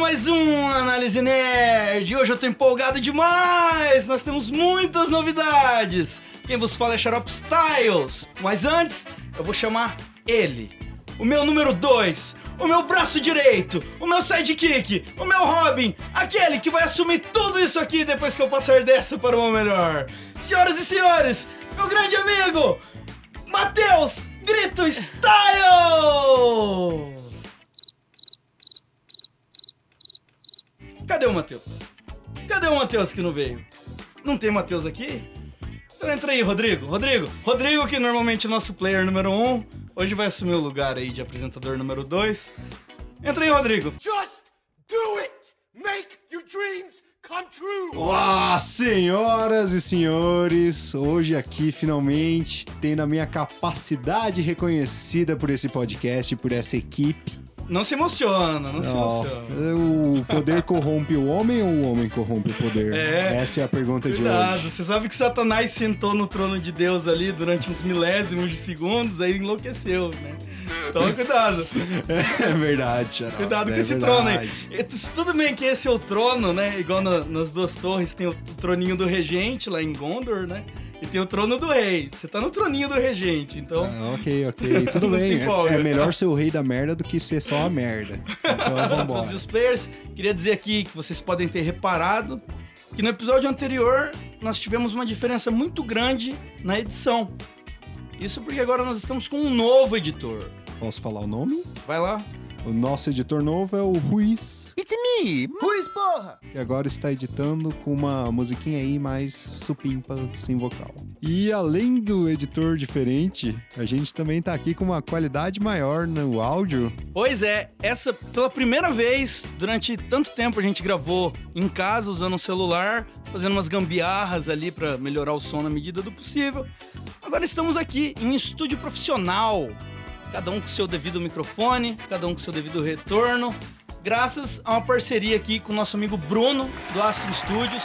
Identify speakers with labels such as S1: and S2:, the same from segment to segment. S1: mais um Análise Nerd. Hoje eu tô empolgado demais. Nós temos muitas novidades. Quem vos fala é Xarope Styles. Mas antes, eu vou chamar ele. O meu número 2, o meu braço direito, o meu sidekick, o meu Robin, aquele que vai assumir tudo isso aqui depois que eu passar dessa para uma melhor. Senhoras e senhores, meu grande amigo, Matheus Grito Styles! Cadê o Matheus? Cadê o Matheus que não veio? Não tem Matheus aqui? Então entra aí, Rodrigo. Rodrigo, Rodrigo que normalmente é nosso player número 1, um, hoje vai assumir o lugar aí de apresentador número 2. Entra aí, Rodrigo.
S2: Just do it! Make your dreams come true!
S3: Olá, senhoras e senhores! Hoje aqui, finalmente, tendo a minha capacidade reconhecida por esse podcast, por essa equipe.
S1: Não se emociona, não se
S3: Ó,
S1: emociona.
S3: o poder corrompe o homem ou o homem corrompe o poder?
S1: É.
S3: Essa é a pergunta de
S1: Cuidado,
S3: hoje.
S1: você sabe que Satanás sentou no trono de Deus ali durante uns milésimos de segundos, aí enlouqueceu, né? Então cuidado,
S3: É verdade, Xarops,
S1: cuidado com
S3: é
S1: esse
S3: verdade.
S1: trono aí. E tu- Tudo bem que esse é o trono, né? Igual na- nas duas torres tem o troninho do regente lá em Gondor, né? E tem o trono do rei. Você tá no troninho do regente, então.
S3: Ah, ok, ok. Tudo
S1: Não se
S3: bem.
S1: empolga.
S3: É, é melhor ser o rei da merda do que ser só a merda. Então
S1: todos
S3: vambora.
S1: os players. Queria dizer aqui que vocês podem ter reparado que no episódio anterior nós tivemos uma diferença muito grande na edição. Isso porque agora nós estamos com um novo editor.
S3: Posso falar o nome?
S1: Vai lá.
S3: O nosso editor novo é o Ruiz,
S2: It's me! Ruiz, porra!
S3: que agora está editando com uma musiquinha aí mais supimpa, sem vocal. E além do editor diferente, a gente também tá aqui com uma qualidade maior no áudio.
S1: Pois é, essa pela primeira vez durante tanto tempo a gente gravou em casa usando um celular, fazendo umas gambiarras ali pra melhorar o som na medida do possível. Agora estamos aqui em um estúdio profissional, cada um com seu devido microfone, cada um com seu devido retorno, graças a uma parceria aqui com o nosso amigo Bruno do Astro Studios.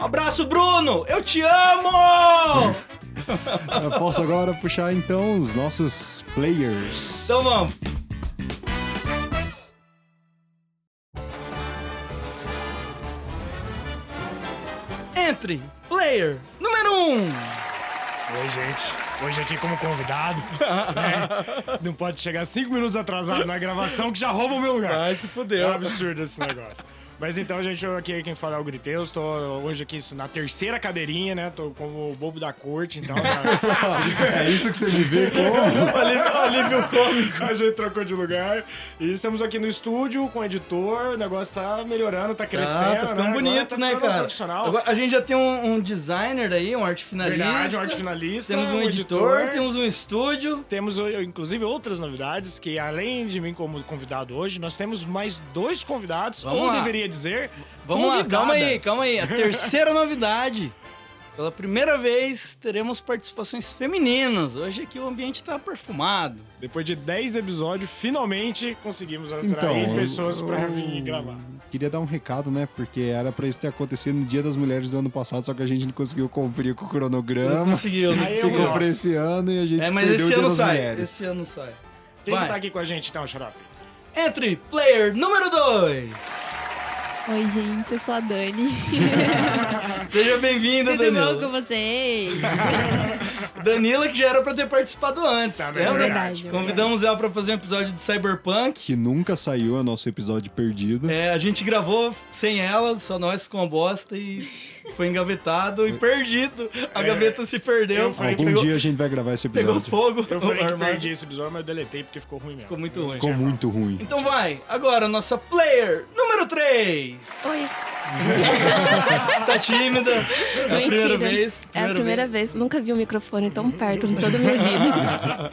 S1: Um abraço, Bruno! Eu te amo!
S3: Eu posso agora puxar então os nossos players.
S1: Então vamos! Entre, player número 1! Um.
S4: Oi, gente. Hoje aqui como convidado. né? Não pode chegar cinco minutos atrasado na gravação que já rouba o meu lugar.
S1: se
S4: É um
S1: fudeu.
S4: absurdo esse negócio. Mas então, gente, eu aqui quem fala é o Griteus. Tô hoje aqui na terceira cadeirinha, né? Tô como o bobo da corte, então. tá?
S3: É isso que você me vê como?
S4: Alívio cômico. A gente trocou de lugar. E estamos aqui no estúdio com o editor. O negócio tá melhorando, tá crescendo.
S1: Ah, tá
S4: né?
S1: ficando
S4: Agora
S1: bonito,
S4: tá
S1: né,
S4: ficando
S1: cara?
S4: Profissional.
S1: Agora, a gente já tem um, um designer aí, um arte finalista.
S4: Verdade, um arte finalista,
S1: Temos um,
S4: um
S1: editor,
S4: editor.
S1: temos um estúdio.
S4: Temos, eu, inclusive, outras novidades que, além de mim como convidado hoje, nós temos mais dois convidados,
S1: Vamos
S4: ou
S1: lá.
S4: deveria dizer,
S1: Vamos lá, calma aí,
S4: convidadas.
S1: calma aí. A terceira novidade. Pela primeira vez, teremos participações femininas. Hoje aqui o ambiente tá perfumado.
S4: Depois de 10 episódios, finalmente conseguimos
S3: Então,
S4: atrair pessoas
S3: eu-
S4: pra
S3: eu-
S4: vir gravar.
S3: Queria dar um recado, né? Porque era pra isso ter acontecido no Dia das Mulheres do ano passado, só que a gente não conseguiu cumprir com o cronograma.
S1: Conseguiu, não
S4: Aí eu
S3: Se
S1: conseguiu.
S4: vou-
S3: compra esse ano e a gente
S1: É, mas
S3: perdeu
S1: esse
S3: o Dia
S1: ano
S3: das
S1: sai.
S3: Mulheres.
S1: Esse ano sai.
S4: Quem
S1: Vai.
S4: que tá aqui com a gente, então, Xarope?
S1: Entre player número 2.
S5: Oi, gente, eu sou a Dani.
S1: Seja bem-vinda,
S5: Tudo bom com
S1: Danila.
S5: vocês?
S1: Danila, que já era pra ter participado antes.
S4: Tá bem,
S1: lembra?
S5: verdade, verdade.
S1: Convidamos ela pra fazer um episódio de Cyberpunk.
S3: Que nunca saiu o nosso episódio perdido.
S1: É, a gente gravou sem ela, só nós com a bosta e foi engavetado e perdido. A gaveta se perdeu.
S4: É. Eu falei
S3: Algum
S1: pegou,
S3: dia a gente vai gravar esse
S1: pegou
S3: episódio.
S1: fogo.
S4: Eu falei
S1: o
S4: que
S1: armário.
S4: perdi esse episódio, mas eu deletei porque ficou ruim mesmo.
S1: Ficou muito ruim.
S3: Ficou muito ruim.
S1: Então vai, agora nossa player número 3.
S5: Oi.
S1: Tá tímida? É a primeira
S5: Mentira.
S1: vez.
S5: É a primeira vez. Nunca vi um microfone tão perto em todo o meu vida.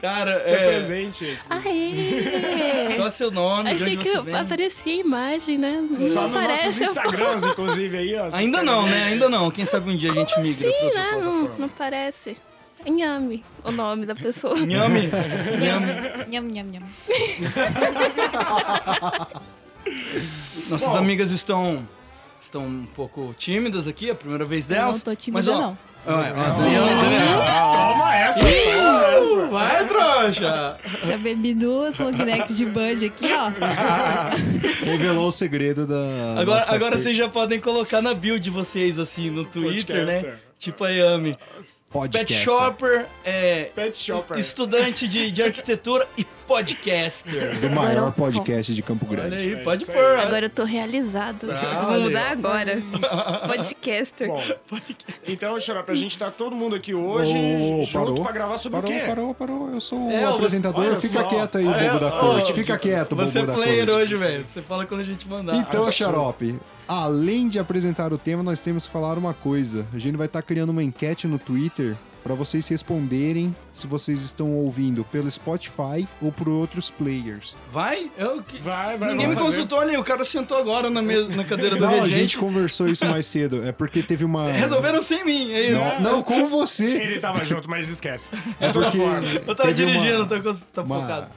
S1: Cara,
S4: Você é
S1: é,
S4: presente.
S5: Aê!
S1: qual é seu nome? de
S5: Achei
S1: onde
S5: que
S1: você vem?
S5: aparecia a imagem, né? Não
S4: Só nos nossos
S5: aparece.
S4: Instagrams, inclusive, aí, ó. vocês
S1: Ainda
S4: querem
S1: não,
S4: ver?
S1: né? Ainda não. Quem sabe um dia a gente migra pra
S5: Sim,
S1: outra
S5: né? Não,
S1: plataforma.
S5: não parece. Inhame, o nome da pessoa.
S1: Nhame, nhame.
S5: Nham, nham, nham.
S1: Nossas
S4: Bom.
S1: amigas estão estão um pouco tímidas aqui, é a primeira vez
S5: Eu
S1: delas.
S5: não tô tímida,
S1: mas, ó,
S5: não.
S1: ó, é, ó, Daniela- Daniela-
S4: Toma essa, toma essa.
S1: Vai, trouxa! já.
S5: Já bebi duas long necks de Bud aqui, ó.
S3: Revelou o segredo da.
S1: Agora,
S3: nossa
S1: agora
S3: take.
S1: vocês já podem colocar na build de vocês, assim, no Twitter, né?
S4: Podcaster.
S1: Tipo a Yami.
S3: Podcast.
S1: Pet shopper, é,
S4: Pet Shopper.
S1: estudante de, de arquitetura e
S3: O
S1: podcaster.
S3: maior
S5: Agora-
S3: podcast de Campo
S1: Olha
S3: Grande.
S1: aí,
S4: É
S1: pode
S4: isso aí.
S1: pôr.
S5: Agora eu tô realizado.
S1: Ah,
S5: Vou
S1: olha
S5: mudar
S1: aí.
S5: agora. Podcaster.
S4: Bom, então, Xarope, a gente tá todo mundo aqui hoje
S3: Ô,
S4: junto pra gravar sobre
S3: parou,
S4: o quê?
S3: Parou, parou, Eu sou
S1: É,
S3: o
S1: o-
S3: apresentador.
S4: olha
S3: Fica
S4: só.
S3: quieto aí,
S1: Olha
S3: bobo da
S1: só.
S3: corte. Fica quieto, bobo
S1: Você é
S3: da
S1: player
S3: corte.
S1: hoje, velho. Você fala quando a gente mandar.
S3: Então,
S4: absurdo.
S3: Xarope, além de apresentar o tema, nós temos que falar uma coisa. A gente vai estar criando uma enquete no Twitter para vocês responderem se vocês estão ouvindo pelo Spotify ou por outros players.
S1: Vai? Eu, que...
S4: Vai, vai,
S1: Ninguém me
S4: vamos fazer.
S1: consultou ali, o cara sentou agora na, mesa, na cadeira do
S3: Não, a gente
S1: regente.
S3: conversou isso mais cedo. É porque teve uma.
S1: Resolveram sem mim, é isso.
S3: Não, não, com você.
S4: Ele tava junto, mas esquece.
S3: É porque
S1: Eu tava
S3: teve uma-
S1: dirigindo, tô, cons- tô
S3: uma
S1: focado.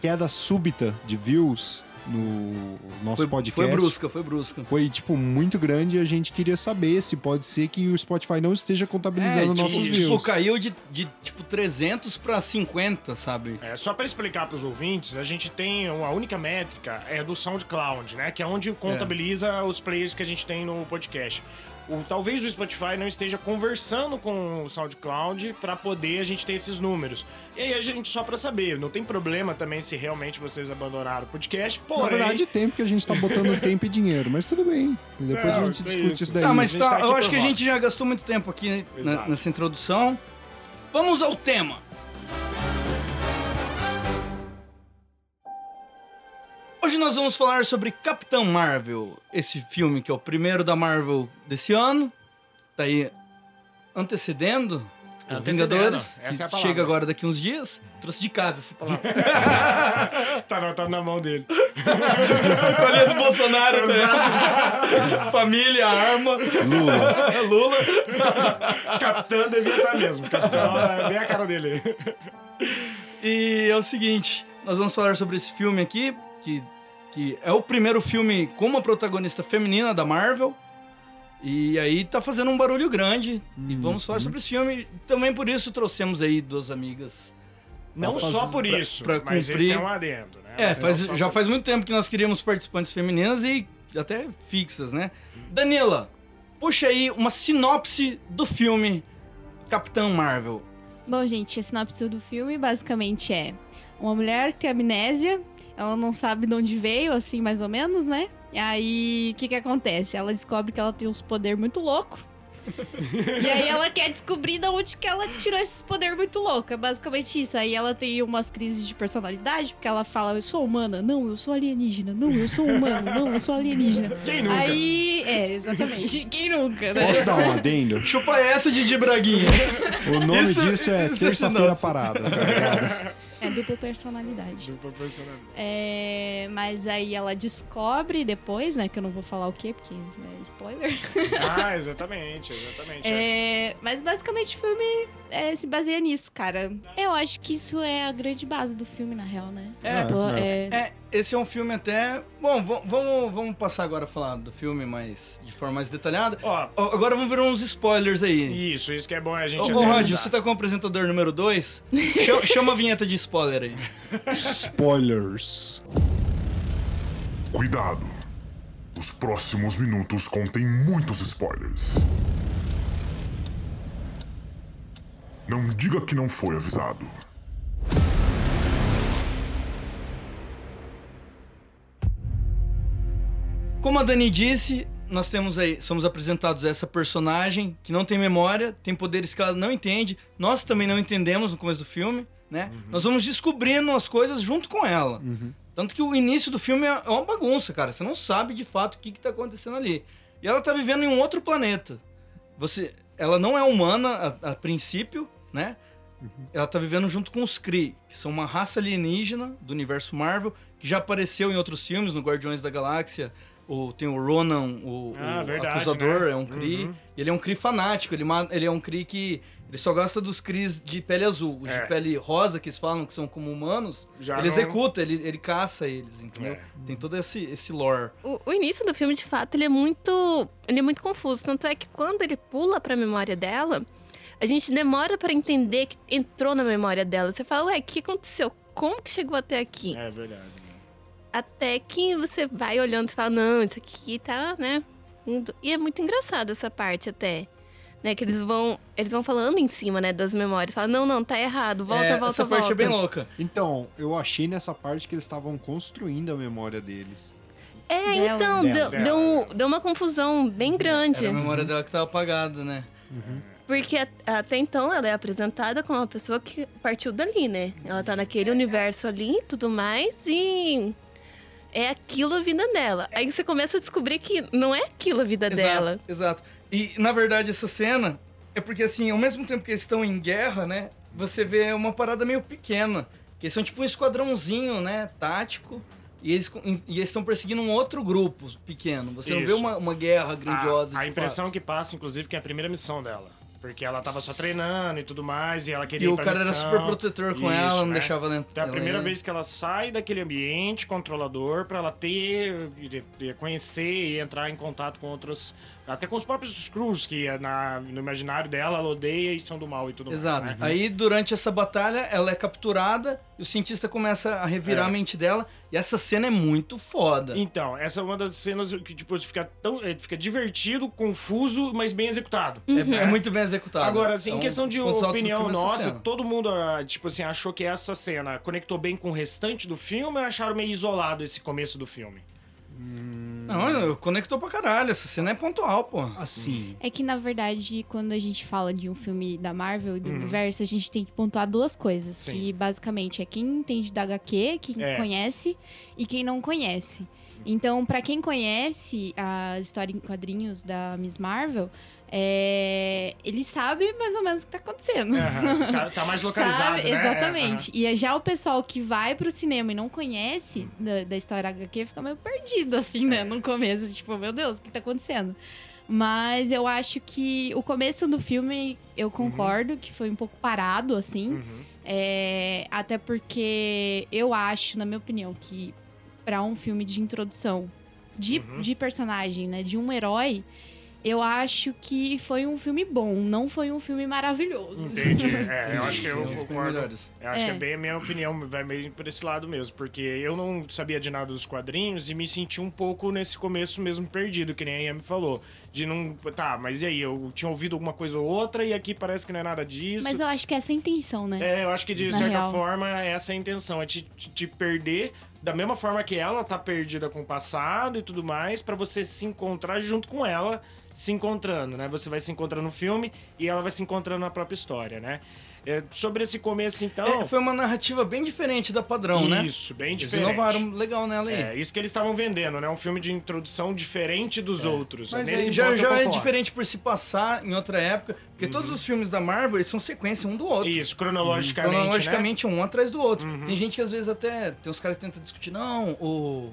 S3: queda súbita de views no nosso podcast.
S1: foi brusca, foi brusca.
S3: Foi, tipo, muito grande e a gente queria saber se pode ser que o Spotify não esteja
S1: É,
S3: contabilizando
S1: tipo,
S3: nossos
S1: tipo,
S3: views.
S1: caiu de, de, tipo 300 pra 50, sabe?
S4: É, só pra explicar pros ouvintes, a gente tem uma única métrica, é do SoundCloud, né? Que é onde contabiliza
S1: É.
S4: os players que a gente tem no podcast. O, talvez o Spotify não esteja conversando com o SoundCloud pra poder a gente ter esses números. E aí a gente só pra saber, não tem problema também se realmente vocês abandonaram o podcast,
S3: Na
S4: porém...
S3: verdade, tem, porque a gente tá botando tempo e dinheiro, mas tudo bem. E Depois
S4: Não,
S3: a gente
S4: que
S3: discute isso,
S4: isso.
S3: daí.
S1: Tá, mas
S4: a gente tá
S1: tá,
S4: aqui
S1: eu
S4: por
S1: acho que a
S4: hobby.
S1: gente já gastou muito tempo aqui na-
S4: Exato.
S1: nessa introdução. Vamos ao tema. Hoje nós vamos falar sobre Capitão Marvel, esse filme que é o primeiro da Marvel desse ano, tá aí antecedendo, o
S4: Antecedendo,
S1: Vingadores,
S4: essa é a
S1: que
S4: palavra.
S1: chega agora daqui uns dias. Trouxe de casa essa palavra.
S4: tá anotado na mão dele.
S1: Colher do Bolsonaro, né? Família, arma. Lula. Lula.
S4: Capitão devia estar mesmo. Capitão é bem a cara dele.
S1: E é o seguinte, nós vamos falar sobre esse filme aqui, que, que é o primeiro filme com uma protagonista feminina da Marvel. E aí tá fazendo um barulho grande. E vamos falar sobre esse filme. Também por isso trouxemos aí duas amigas.
S4: Não
S3: Pra
S4: só
S3: fazer-
S4: por
S1: pra-
S4: isso,
S1: pra
S4: mas esse
S1: cumprir-
S4: é um adendo, né?
S1: É,
S4: Mas não
S1: faz-
S4: só
S1: já
S4: por-
S1: faz muito tempo que nós queríamos participantes femininas e até fixas, né? Danila, puxa aí uma sinopse do filme Capitão Marvel.
S5: Bom, gente, a sinopse do filme basicamente é uma mulher que tem amnésia, ela não sabe de onde veio, assim, mais ou menos, né? E aí, o que que acontece? Ela descobre que ela tem uns poderes muito loucos. e aí ela quer descobrir de onde que ela tirou esses poderes muito loucos. É basicamente isso. Aí ela tem umas crises de personalidade, porque ela fala, eu sou humana, não, eu sou alienígena, não, eu sou humano, não, eu sou alienígena.
S4: Quem nunca?
S5: Aí, é, exatamente. Quem nunca, né?
S3: Posso dar um adendo?
S1: Chupa essa, Didi Braguinha.
S3: O nome
S1: Isso-
S3: disso é
S1: isso é
S3: Terça-feira
S1: sinopse.
S3: Parada. tá ligado?
S5: É dupla personalidade.
S4: Dupla personalidade.
S5: É, mas aí ela descobre depois, né? Que eu não vou falar o quê, porque é spoiler.
S4: Ah, exatamente, exatamente.
S5: É, mas basicamente o filme é, se baseia nisso, cara. Eu acho que isso é a grande base do filme, na real, né?
S1: É,
S5: Tipo,
S3: é.
S5: é,
S1: É, esse é um filme até. Bom, va- vamos, vamos passar agora a falar do filme mais, de forma mais detalhada.
S4: Ó,
S1: Ó, Agora vamos ver uns spoilers aí.
S4: isso, isso que é bom a gente
S1: Ô, ô
S4: analisar.
S1: Rádio, você tá com o apresentador número 2? Chama a vinheta de spoiler aí.
S3: Spoilers.
S6: Cuidado! Os próximos minutos contêm muitos spoilers. Não diga que não foi avisado.
S1: Como a Dani disse, nós temos aí, somos apresentados a essa personagem que não tem memória, tem poderes que ela não entende, nós também não entendemos no começo do filme, né? Nós vamos descobrindo as coisas junto com ela. Tanto que o início do filme é é uma bagunça, cara. Você não sabe de fato o que, que tá acontecendo ali. E ela tá vivendo em um outro planeta. Você, ela não é humana a, a princípio, né?
S4: Uhum.
S1: Ela tá vivendo junto com os Kree, que são uma raça alienígena do universo Marvel, que já apareceu em outros filmes, no Guardiões da Galáxia. O, tem o Ronan, o,
S4: Ah,
S1: o
S4: verdade,
S1: acusador,
S4: né?
S1: é um Kree.
S4: Uhum.
S1: Ele é um Kree fanático, ele, ma- ele é um Kree que... Ele só gosta dos Krees de pele azul. Os
S4: É.
S1: de pele rosa, que eles falam que são como humanos,
S4: Já
S1: ele
S4: não-
S1: executa, ele, ele caça eles, entendeu?
S4: É.
S1: Tem todo esse, esse lore.
S7: O, o início do filme, de fato, ele é muito. Ele é muito confuso. Tanto é que quando ele pula pra memória dela, A gente demora pra entender que entrou na memória dela. Você fala, ué, o que aconteceu? Como que chegou até aqui?
S4: É verdade.
S7: Até que você vai olhando e fala, não, isso aqui tá, né? indo." E é muito engraçado essa parte até. Né, que eles vão, eles vão falando em cima, né, das memórias. Fala, não, não, tá errado, volta,
S1: É,
S7: volta,
S1: Essa
S7: volta.
S1: parte é bem louca.
S3: Então, eu achei nessa parte que eles estavam construindo a memória deles.
S7: É,
S5: Dela.
S7: então,
S4: Dela,
S7: deu,
S4: dela.
S7: deu, deu uma confusão bem grande.
S1: Era a memória dela que tava apagada, né?
S7: Porque at- até então ela é apresentada como uma pessoa que partiu dali, né? Ela tá naquele universo ali e tudo mais e. É aquilo a vida dela. Aí você começa a descobrir que não é aquilo a vida dela.
S1: Exato. E, na verdade, essa cena é porque, assim, ao mesmo tempo que eles estão em guerra, né? Você vê uma parada meio pequena. Que eles são tipo um esquadrãozinho, né? Tático. E eles co- e eles estão perseguindo um outro grupo pequeno. Você não vê
S4: Isso.
S1: uma, uma guerra grandiosa.
S4: A, a
S1: de
S4: impressão
S1: fato.
S4: que passa, inclusive, que é a primeira missão dela. Porque ela tava só treinando e tudo mais, e ela queria
S1: E
S4: ir
S1: o
S4: pra
S1: cara era
S4: missão.
S1: super protetor com
S4: Isso,
S1: ela, não
S4: né?
S1: deixava ela entrar.
S4: Então é a primeira vez que ela sai daquele ambiente controlador pra ela ter, e- e conhecer e entrar em contato com outros, até com os próprios Skrulls, que é na- no imaginário dela ela odeia e são do mal e tudo mais.
S1: Exato.
S4: né?
S1: Aí, durante essa batalha, ela é capturada e o cientista começa a revirar
S4: É.
S1: a mente dela. E essa cena é muito foda.
S4: Então, essa é uma das cenas que tipo, fica, tão, eh, fica divertido, confuso, mas bem executado. Uhum.
S1: É- É, muito bem executado.
S4: Agora, assim,
S1: É um
S4: em
S1: dos
S4: questão de
S1: pontos altos do
S4: opinião
S1: filme, é essa
S4: nossa,
S1: cena.
S4: todo mundo, ah, tipo assim, achou que essa cena conectou bem com o restante do filme ou acharam meio isolado esse começo do filme?
S1: Não, eu- conectou pra caralho. Essa cena é pontual, pô.
S3: Assim,
S5: É que, na verdade, quando a gente fala de um filme da Marvel e do universo, a gente tem que pontuar duas coisas.
S4: Uhum. Sim.
S5: Que, basicamente, é quem entende da HQ, quem
S4: É.
S5: conhece e quem não conhece. Então, pra quem conhece a história em quadrinhos da Miss Marvel, é, ele sabe mais ou menos o que tá acontecendo.
S4: Aham, tá, tá mais localizado,
S5: Sabe?
S4: né?
S5: Exatamente. E já o pessoal que vai pro cinema e não conhece da, da história HQ fica meio perdido, assim,
S4: É.
S5: né? No começo, tipo, meu Deus, o que tá acontecendo? Mas eu acho que o começo do filme, eu concordo que foi um pouco parado, assim.
S4: Uhum.
S5: É, até porque eu acho, na minha opinião, que pra um filme de introdução de,
S4: Uhum.
S5: de personagem, né, de um herói, eu acho que foi um filme bom, não foi um filme maravilhoso.
S4: Entendi. É, eu acho que eu
S1: Os
S4: concordo.
S1: melhores.
S4: Eu acho que é
S5: Uhum. É.
S4: bem a minha opinião, vai meio por esse lado mesmo, porque eu não sabia de nada dos quadrinhos e me senti um pouco nesse começo mesmo perdido, que nem a Yami falou. De não. Tá, mas e aí? Eu tinha ouvido alguma coisa ou outra e aqui parece que não é nada disso.
S5: Mas eu acho que essa é a intenção, né?
S4: É, eu acho que de
S5: Na
S4: certa
S5: real.
S4: forma essa é a intenção, é te, te- te perder da mesma forma que ela tá perdida com o passado e tudo mais, pra você se encontrar junto com ela, se encontrando, né? Você vai se encontrando no filme e ela vai se encontrando na própria história, né? É, sobre esse começo então,
S1: É, foi uma narrativa bem diferente da padrão, né?
S4: isso, bem
S1: Eles
S4: diferente.
S1: inovaram legal nela aí.
S4: É, isso que eles estavam vendendo, né? Um filme de introdução diferente dos outros.
S3: Mas
S4: Nesse
S3: aí
S1: É. já
S4: ponto eu
S1: já é
S4: concordo. Uhum.
S1: diferente por se passar em outra época, porque todos os filmes da Marvel eles são sequência um do outro.
S4: Isso, cronologicamente, né? Uhum.
S1: cronologicamente um atrás do outro. Tem gente que às vezes até. Tem uns caras que tentam discutir, não, o.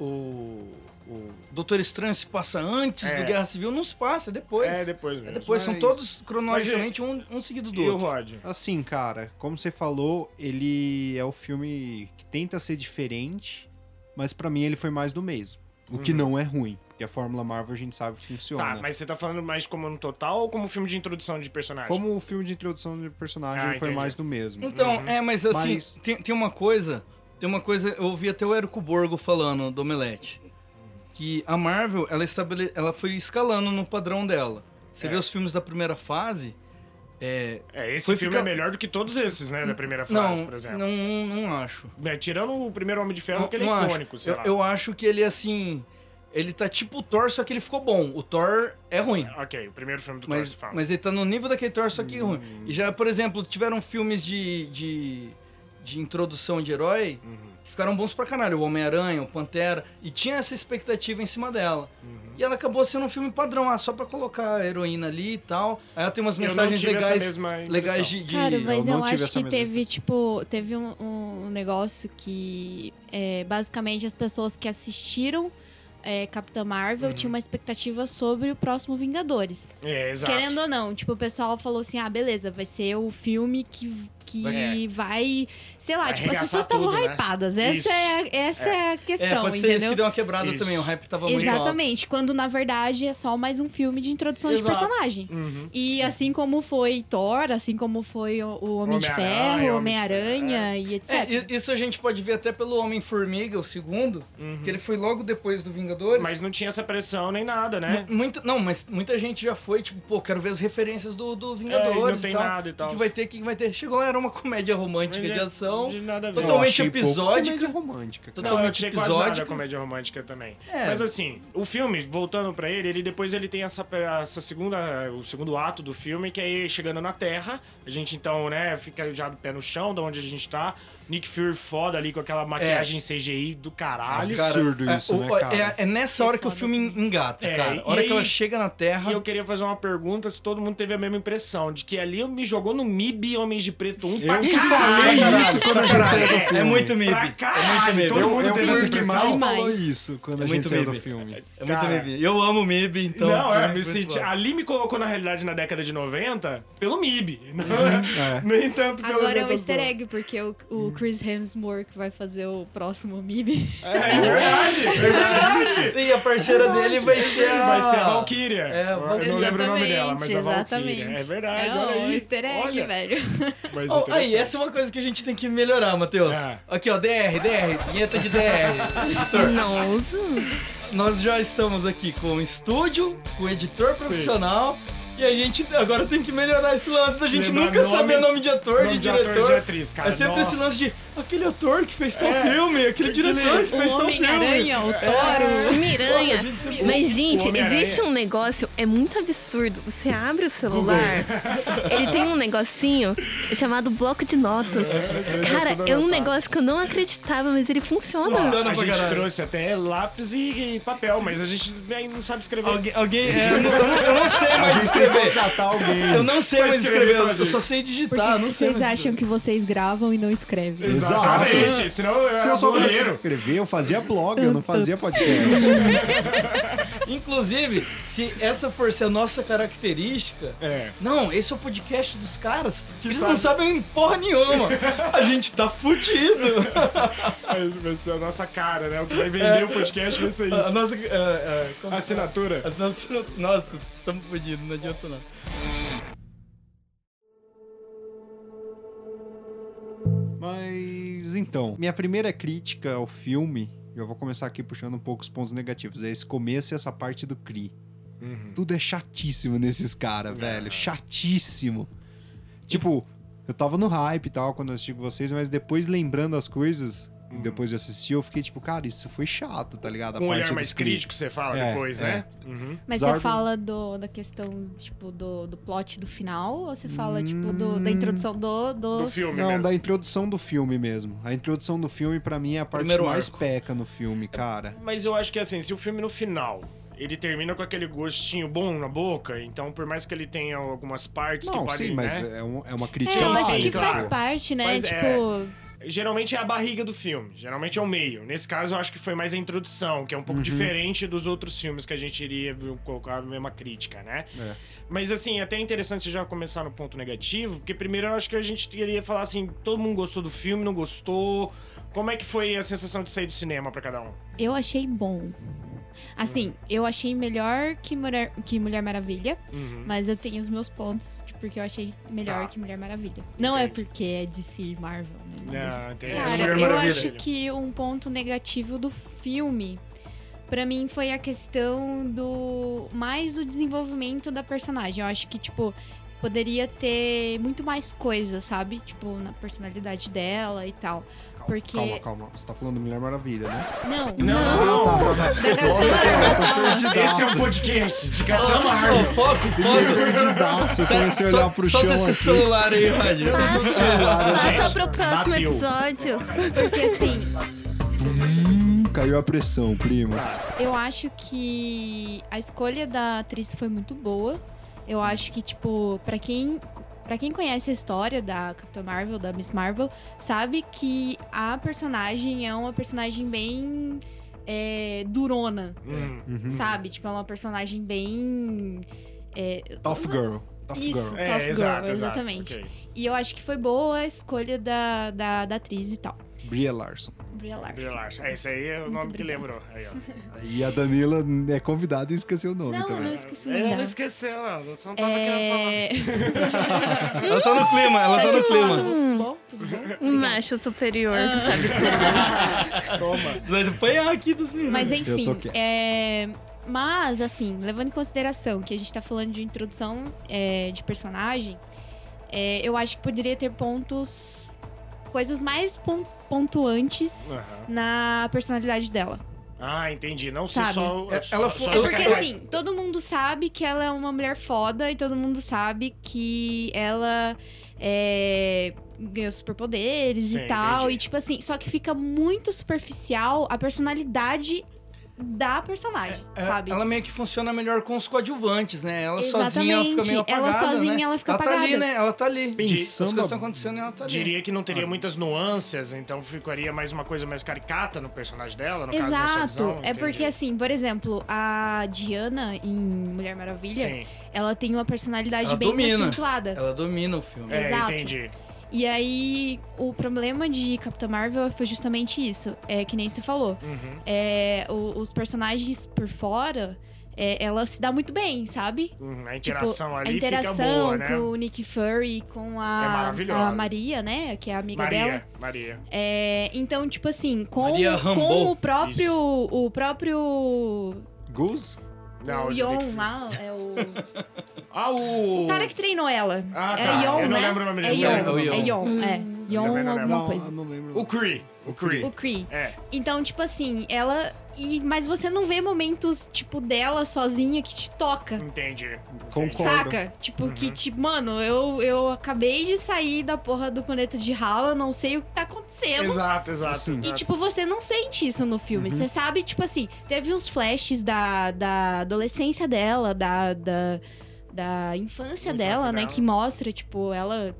S1: O. O Doutor Estranho se passa antes
S4: É.
S1: do Guerra Civil, não se passa, é depois.
S4: É, depois mesmo.
S1: É depois, são
S3: Mas-
S1: todos cronologicamente um, um seguido do
S4: E o
S1: outro.
S4: Rod?
S3: assim, cara, como você falou, ele é o filme que tenta ser diferente, mas pra mim ele foi mais do mesmo. O que não é ruim, porque a Fórmula Marvel a gente sabe que funciona.
S4: Uhum. Tá, mas você tá falando mais como no total ou como um filme de introdução de personagem?
S3: Como o filme de introdução de personagem
S4: Ah,
S3: ele foi
S4: entendi.
S3: mais do mesmo. Uhum.
S1: Então,
S4: Uhum.
S1: é, mas assim,
S3: Mas-
S1: Tem, tem uma coisa. Tem uma coisa, eu ouvi até o Érico Borgo falando do Omelete. Que a Marvel, ela, estabele... ela foi escalando no padrão dela. Você
S4: É.
S1: vê os filmes da primeira fase. É...
S4: É, esse
S1: Foi
S4: filme
S1: ficar-
S4: é melhor do que todos esses, né? Da primeira fase,
S1: Não,
S4: por exemplo.
S1: não, não, não acho.
S4: É, tirando o primeiro Homem de Ferro,
S1: não,
S4: que ele
S1: não
S4: é
S1: acho.
S4: icônico, sei
S1: eu,
S4: lá.
S1: eu acho que ele, assim. Ele tá tipo o Thor, só que ele ficou bom. O Thor é ruim.
S4: Ok, o primeiro filme do Thor
S1: Mas,
S4: se fala. Hum.
S1: mas ele tá no nível daquele Thor, só que ruim. E já, por exemplo, tiveram filmes de, de, de introdução de herói
S4: Uhum.
S1: que ficaram bons pra caralho. O Homem-Aranha, o Pantera. E tinha essa expectativa em cima dela.
S4: Uhum.
S1: E ela acabou sendo um filme padrão, ah, só pra colocar a heroína ali e tal. Aí ela tem umas
S4: Eu não
S1: mensagens
S4: tive essa
S1: legais,
S4: mesma impressão.
S1: legais de, de-
S5: Cara, mas
S3: eu
S5: eu,
S3: não tive
S5: acho
S3: essa
S5: que
S3: mesma
S5: teve, tipo, teve um, um negócio que é, basicamente as pessoas que assistiram é, Capitã Marvel tinham uma expectativa sobre o próximo Vingadores.
S4: É, exato.
S5: Querendo ou não, tipo, o pessoal falou assim: ah, beleza, vai ser o filme que, que que vai. Sei lá,
S4: Vai
S5: tipo, as
S4: arregaçar
S5: pessoas estavam
S4: tudo, né?
S5: hypadas.
S4: Isso.
S5: Essa é, a- essa é. a questão,
S1: É, pode ser
S5: entendeu?
S1: isso que deu uma quebrada
S4: Isso.
S1: também. O hype tava muito alto.
S5: Exatamente, quando na verdade é só mais um filme de introdução de
S1: Exato.
S5: personagem.
S4: Uhum.
S5: E assim como foi Thor, assim como foi o, o Homem de
S4: Homem-Aranha,
S5: Ferro,
S4: Homem de
S5: Homem-Aranha e etc.
S1: É, i- isso a gente pode ver até pelo Homem-Formiga, o segundo, que ele foi logo depois do Vingadores.
S4: Mas não tinha essa pressão nem nada, né?
S1: Mu- Muita, não, mas muita gente já foi, tipo, pô, quero ver as referências do, do Vingadores.
S4: É, e não tem
S1: e tal.
S4: nada e tal.
S1: O que que vai ter? O que que vai ter? Chegou lá, era uma comédia romântica
S4: Mas
S1: de
S4: é-
S1: ação.
S4: de nada a ver.
S3: Eu
S1: Totalmente
S3: achei um pouco
S1: episódica.
S3: comédia romântica.
S1: Total-
S4: Não, eu
S1: totalmente
S4: achei quase nada
S1: episódico.
S4: a comédia romântica também.
S1: É.
S4: Mas assim, o filme, voltando pra ele, ele depois ele tem essa, essa segunda, o segundo ato do filme, que é chegando na Terra. A gente então, né, fica já do pé no chão, da onde a gente tá. Nick Fury foda ali com
S1: É.
S4: aquela maquiagem CGI do caralho.
S1: Cara,
S3: Absurdo
S1: é,
S3: isso,
S1: o-
S3: né,
S1: é-
S3: cara?
S1: É, nessa hora que o filme engata,
S4: É,
S1: cara.
S4: e
S1: A hora que
S4: aí-
S1: ela chega na Terra.
S4: E eu queria fazer uma pergunta se todo mundo teve a mesma impressão, de que ali me jogou no MIB Homens de Preto 1 pra
S3: Eu que
S4: caralho.
S3: falei
S1: Pra
S3: isso
S1: caralho,
S3: quando a
S1: pra
S3: gente saiu
S1: caralho.
S3: do
S1: É,
S3: filme.
S1: É muito MIB.
S4: Pra
S1: É
S4: caralho,
S1: muito MIB.
S4: todo
S1: Eu-
S4: mundo
S1: eu
S3: um
S4: teve
S1: fui
S4: essa
S1: o que
S4: impressão.
S5: mais-
S3: falou
S5: Demais.
S3: isso quando
S1: É
S3: a
S1: muito
S3: gente saiu do
S1: MIB.
S3: filme.
S1: É muito
S4: Cara.
S1: MIB. Eu amo MIB, então.
S4: não, é,
S1: foi
S4: me
S1: muito
S4: senti,
S1: bom.
S4: ali me colocou na realidade na década de 90 pelo MIB.
S1: Uhum,
S4: Não,
S1: é.
S4: No entanto, pelo
S5: Agora é um
S4: evento
S5: easter
S4: todo.
S5: egg, porque o, o
S4: Hum.
S5: Chris Hemsworth vai fazer o próximo MIB.
S4: É verdade, é verdade. é
S1: E a parceira
S5: É
S1: dele vai ser a.
S4: Vai ser a Valkyria.
S1: É, a
S4: Eu
S1: Valkyria.
S4: não lembro o nome dela, mas a
S5: exatamente.
S4: Valkyria. É verdade,
S5: É
S4: olha
S5: um
S4: aí.
S5: easter egg,
S4: olha.
S5: velho.
S4: Mas
S1: Oh, aí,
S4: interessante.
S1: essa é uma coisa que a gente tem que melhorar, Matheus.
S4: É.
S1: Aqui, ó, DR, DR, vinheta de DR. Editor,
S7: Nossa.
S1: nós já estamos aqui com o estúdio, com o editor profissional. E a gente agora tem que melhorar esse lance da gente
S4: Lembrar
S1: nunca
S4: nome-
S1: saber nome de ator,
S4: nome
S1: de
S4: de ator,
S1: diretor.
S4: de atriz, cara,
S1: É sempre esse
S4: nossa.
S1: lance de aquele ator que fez tal é
S4: É.
S1: filme, aquele diretor que fez
S5: O
S1: tal filme. É.
S5: Homem-Aranha, o
S7: Ah,
S5: Toro.
S7: Miranha.
S1: Olha, gente, você-
S7: Mas, gente,
S4: o Homem-Aranha.
S7: existe um negócio, é muito absurdo. Você abre o celular, ele tem um negocinho chamado bloco de notas. Cara,
S4: tudo
S7: é um
S4: anotado.
S7: negócio que eu não acreditava, mas ele funciona.
S1: Nossa.
S4: a
S1: pra
S4: gente
S1: caralho.
S4: trouxe até lápis e e papel, mas a gente aí não sabe escrever.
S1: Alguém, alguém é, eu, não, eu não- eu não sei mais escrever.
S3: Contratar alguém.
S1: Eu não sei
S4: Vai
S1: mais
S4: escrever
S1: escrever,
S4: pra
S1: eu
S4: gente.
S1: só sei
S5: Por que
S4: Tá,
S1: digitar, não
S5: que
S1: sei.
S5: vocês
S1: mais
S5: acham que vocês gravam e não escrevem?
S4: Exatamente, senão eu
S3: Se eu
S4: era
S3: soubesse
S4: boleiro.
S3: escrever, eu fazia blog, eu não fazia podcast.
S1: Inclusive, se essa for ser a nossa característica.
S4: É.
S1: Não, esse é o podcast dos caras.
S4: Que
S1: eles
S4: sabe.
S1: não sabem porra nenhuma. A gente tá fudido.
S4: Aí Vai ser a nossa cara, né? O que vai vender o podcast vai ser
S1: A
S4: isso.
S1: nossa. é, é, como-
S4: Assinatura.
S1: a nossa, nossa, tamo fudido, não adianta não.
S3: Mas então, minha primeira crítica ao filme, e eu vou começar aqui puxando um pouco os pontos negativos, é esse começo e essa parte do Cree.
S4: Uhum.
S3: Tudo é chatíssimo nesses caras,
S4: É.
S3: velho. Chatíssimo. Tipo, eu tava no hype e tal quando eu assisti com vocês, mas depois lembrando as coisas, depois de assistir, eu fiquei tipo, cara, isso foi chato, tá ligado? A
S4: Uhum. Com um
S3: parte
S4: olhar
S3: dos
S4: mais
S3: Kree.
S4: crítico, você fala
S3: É,
S4: depois,
S3: é.
S4: né? Uhum.
S5: Mas
S3: Zargon.
S5: você fala do, da questão, tipo, do, do plot do final? Ou você fala, tipo, do- da introdução do... do...
S4: Hum. Do filme
S3: Não,
S4: mesmo.
S3: da introdução do filme mesmo. A introdução do filme, pra mim, é a parte
S1: Primeiro
S3: que mais
S1: arco.
S3: peca no filme, cara.
S4: Mas eu acho que assim, se o filme no final ele termina com aquele gostinho bom na boca, então por mais que ele tenha algumas partes
S3: Não,
S4: que podem,
S3: sim, mas
S4: né?
S3: é, um- é uma
S5: É,
S3: crítica.
S4: Sim,
S5: eu acho
S4: sim,
S5: que
S4: claro.
S5: faz parte, né?
S4: Faz-
S5: tipo,
S4: Geralmente é a barriga do filme, geralmente é o meio. Nesse caso eu acho que foi mais a introdução, que é um
S3: Uhum.
S4: pouco diferente dos outros filmes que a gente iria colocar a mesma crítica, né?
S3: É.
S4: Mas assim, até é interessante você já começar no ponto negativo, porque primeiro eu acho que a gente queria falar assim, todo mundo gostou do filme, não gostou? Como é que foi a sensação de sair do cinema pra cada um?
S5: eu achei bom. Assim, eu achei melhor que Mulher, que Mulher Maravilha, mas eu tenho os meus pontos de porque eu achei melhor
S4: Uhum. Tá.
S5: que Mulher Maravilha. Não é
S4: Entendi.
S5: porque é DC e Marvel, né? Não deixa
S4: Não, tem-
S5: Cara,
S4: Mulher
S5: eu
S4: Maravilha.
S5: acho que um ponto negativo do filme, pra mim, foi a questão do. mais do desenvolvimento da personagem. Eu acho que, tipo, poderia ter muito mais coisa, sabe? Tipo, na personalidade dela e tal.
S3: Calma,
S5: Porque.
S3: Calma, calma. Você tá falando Mulher Maravilha, né?
S5: Não,
S4: Não.
S3: Nossa, cara, eu tô
S4: Esse é o
S3: perdidaço.
S4: podcast
S5: Hum.
S4: de Capitão
S5: Tá
S1: Ô,
S4: Marvel.
S1: foco, foco.
S3: Perdidaço, eu
S1: Sai-
S3: comecei a
S1: sol-
S3: olhar pro chão
S1: Solta esse
S3: aqui.
S1: celular aí, Roger.
S7: Passa
S5: Uhum.
S4: gente,
S7: pro próximo
S4: bateu.
S7: episódio.
S5: porque assim,
S3: Hum, Caiu a pressão, prima.
S5: eu acho que a escolha da atriz foi muito boa. Eu acho que, tipo, pra quem. Pra quem conhece a história da Capitã Marvel, da Miss Marvel, sabe que a personagem é uma personagem bem é, durona,
S4: Hum.
S3: Uhum.
S5: sabe? Tipo, é uma personagem bem. é,
S3: Tough Girl. Tough
S5: Isso,
S3: Girl.
S5: Tough Girl,
S4: É, exato, exato,
S5: exatamente.
S4: ok.
S5: E eu acho que foi boa a escolha da, da, da atriz e tal.
S3: Bria Larson.
S5: Bria Larson.
S4: Brie Larson. É, esse aí é o
S5: Muito
S4: nome que
S5: obrigada.
S4: lembrou. Aí, ó.
S3: E a Danila é convidada e esqueceu o nome
S5: Não, eu
S3: também.
S5: não esqueci o
S4: É,
S5: nome
S4: não
S5: dela.
S4: esqueceu, ela só não tava querendo
S5: né? É...
S1: Ela tá no clima, ela tá
S5: Sabe
S1: no
S5: que eu
S1: clima.
S5: falo, Tudo bom? Tudo bom?
S7: Um macho superior, sabe?
S4: falar. Toma.
S1: Vai apanhar aqui dos meninos.
S5: Mas
S3: Eu
S5: enfim,
S3: tô quieto.
S5: é, mas assim, levando em consideração que a gente tá falando de introdução é, de personagem, é, eu acho que poderia ter pontos, coisas mais pon- pontuantes
S4: Aham.
S5: na personalidade dela.
S4: Ah, entendi. Não se
S5: Sabe?
S4: só.
S1: É,
S4: só-
S1: ela
S4: só
S1: foi-
S5: É
S4: essa
S5: porque
S4: cara-
S5: assim, todo mundo sabe que ela é uma mulher foda e todo mundo sabe que ela é, ganhou superpoderes
S4: Sim,
S5: e tal.
S4: entendi.
S5: E tipo assim, só que fica muito superficial a personalidade da personagem,
S1: É,
S5: sabe?
S1: Ela meio que funciona melhor com os coadjuvantes, né? Ela sozinha ela fica
S5: Exatamente.
S1: meio apagada,
S5: Ela sozinha,
S1: né?
S5: ela fica
S1: Ela tá ali,
S5: apagada.
S1: né? Ela tá ali.
S3: Pensando
S1: As coisas
S3: a-
S1: estão acontecendo e ela tá ali.
S4: Diria que não teria muitas nuances, então ficaria mais uma coisa mais caricata no personagem dela, no caso dessa
S5: Exato.
S4: visão,
S5: é
S4: entendi.
S5: porque assim, por exemplo, a Diana em Mulher Maravilha,
S4: Sim,
S5: ela tem uma personalidade
S1: Ela
S5: bem
S1: domina.
S5: acentuada.
S1: Ela domina o filme.
S4: é,
S5: Exato.
S4: entendi.
S5: E aí, o problema de Capitã Marvel foi justamente isso. É que nem você falou.
S4: Uhum.
S5: É, o- os personagens por fora, é, ela se dá muito bem, sabe?
S4: Uhum, A
S5: Tipo,
S4: interação ali
S5: a interação
S4: fica boa, né?
S5: com o Nick Fury, com
S4: É
S5: a,
S4: maravilhosa.
S5: a Maria, né? Que é a amiga dela.
S4: Maria, Maria.
S5: É, então, tipo assim, com,
S1: Maria
S5: com
S1: Rambeau.
S5: o próprio. O próprio.
S3: Goose?
S4: Não,
S5: É, o
S4: eu digo
S5: Yon
S4: que-
S5: lá, é o.
S4: Ah, o...
S5: O cara que treinou ela.
S4: Ah,
S5: é
S4: tá.
S5: Yon,
S4: Eu
S5: né?
S4: não lembro o nome
S5: é
S4: dele.
S5: Yon,
S1: É, o Yon.
S5: é Yon, é.
S4: Também
S5: Yon
S4: não
S5: alguma
S3: não,
S5: coisa.
S3: não lembro.
S4: O Cree. O Cree.
S5: O Cree.
S4: É.
S5: Então, tipo assim, ela. E, mas você não vê momentos, tipo, dela sozinha que te toca.
S4: Entendi.
S3: Concordo.
S5: Saca? Tipo,
S4: Uhum.
S5: que, tipo, mano, eu, eu acabei de sair da porra do planeta de Hala, não sei o que tá acontecendo.
S4: Exato, exato.
S3: Assim.
S5: E,
S4: exato. Uhum.
S5: tipo, você não sente isso no filme. Você sabe, tipo assim, teve uns flashes da, da adolescência dela, da, da, da infância
S4: Infância
S5: dela, né?
S4: dela.
S5: Que mostra, tipo, ela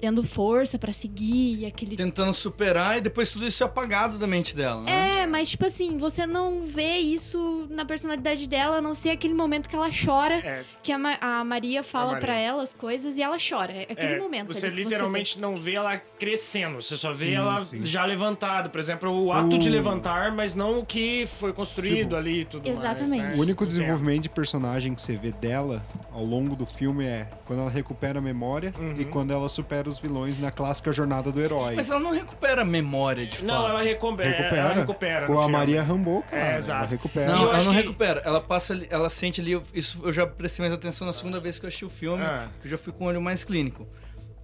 S5: tendo força pra seguir e aquele
S1: Tentando superar e depois tudo isso é apagado da mente dela, né?
S5: É, mas tipo assim, você não vê isso na personalidade dela, a não ser aquele momento que ela chora,
S4: É,
S5: que a, Ma- a Maria fala
S4: A Maria.
S5: pra ela as coisas e ela chora. É aquele
S4: é,
S5: momento.
S4: Você
S5: ali que
S4: literalmente não vê ela crescendo, você só vê
S3: Sim,
S4: ela
S3: sim.
S4: já levantada. Por exemplo, o ato de
S3: O-
S4: levantar, mas não o que foi construído
S3: Tipo,
S4: ali e tudo mais.
S5: Exatamente.
S4: né?
S5: É,
S3: O único
S4: Entendo.
S3: desenvolvimento de personagem que você vê dela ao longo do filme é quando ela recupera a memória e quando ela supera os vilões na clássica jornada do herói.
S1: Mas ela não recupera a memória de
S4: Não,
S1: fato.
S4: ela recupera.
S3: recupera.
S4: Ela recupera
S3: Com
S4: no
S3: a
S4: filme.
S3: Maria Rambo, cara. né?
S4: É, exato.
S3: Ela recupera.
S1: Não,
S4: eu
S1: ela
S4: acho
S1: não
S4: que-
S1: recupera. Ela passa ali- ela sente ali. Isso eu já prestei mais atenção na segunda vez que eu assisti o filme,
S4: Ah.
S1: que eu já fui com o olho mais clínico.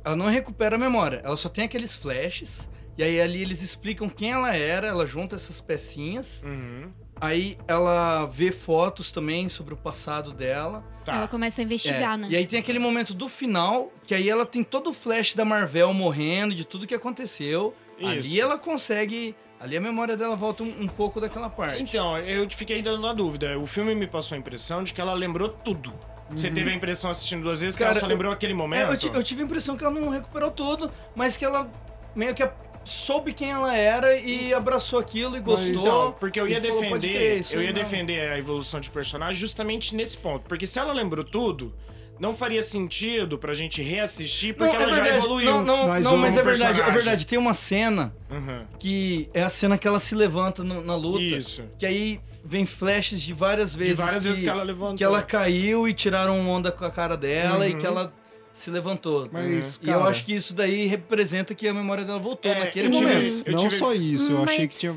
S1: Ela não recupera a memória, ela só tem aqueles flashes. E aí ali eles explicam quem ela era, ela junta essas pecinhas.
S4: Uhum.
S1: Aí ela vê fotos também sobre o passado dela.
S5: Você... Ela
S4: Tá.
S5: começa a investigar,
S1: É,
S5: né?
S1: E aí tem aquele momento do final, que aí ela tem todo o flash da Marvel morrendo, de tudo que aconteceu.
S4: Isso.
S1: Ali ela consegue. Ali a memória dela volta um, um pouco daquela parte.
S4: Então, eu fiquei dando na dúvida. O filme me passou a impressão de que ela lembrou tudo. Você
S3: Uhum.
S4: teve a impressão assistindo duas vezes que
S1: Cara,
S4: ela só
S1: eu-
S4: lembrou aquele
S1: É,
S4: momento?
S1: eu, ti- eu tive a impressão que ela não recuperou tudo, mas que ela meio que a- soube quem ela era e abraçou aquilo e
S4: Então,
S1: gostou.
S4: porque eu ia
S1: e falou, "Pode
S4: defender,
S1: crer, isso
S4: eu
S1: aí
S4: ia
S1: não."
S4: defender a evolução de personagem justamente nesse ponto, porque se ela lembrou tudo, não faria sentido pra gente reassistir porque
S1: Não, é
S4: ela já
S1: verdade.
S4: evoluiu.
S1: Não, não,
S3: Nós
S1: não, mas
S4: como
S1: é verdade, é
S4: personagem.
S1: verdade. Tem uma cena
S4: Uhum.
S1: que é a cena que ela se levanta no- na luta.
S4: Isso.
S1: Que aí vem flashes de várias vezes.
S4: várias vezes que ela levantou.
S1: Que ela caiu e tiraram onda com a cara dela e
S4: Uhum.
S1: que ela se levantou.
S3: Mas,
S1: e eu
S3: cara-
S1: acho que isso daí representa que a memória dela voltou
S4: É,
S1: naquele
S4: eu tive-
S1: momento.
S4: eu
S3: não
S4: tive-
S3: só isso, eu
S7: Mas-
S3: achei que tinha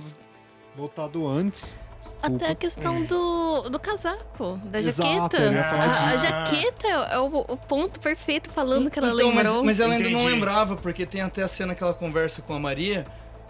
S3: voltado antes.
S7: Até a
S3: Desculpa. É.
S7: questão do, do casaco, da
S3: Exato,
S7: jaqueta.
S3: eu ia
S4: falar
S7: A, a
S4: disso.
S7: jaqueta é o, o ponto perfeito falando que ela
S1: Então, mas-
S7: lembrou.
S1: Mas, ela ainda não
S4: Entendi.
S1: lembrava, porque tem até a cena que ela conversa com a Maria,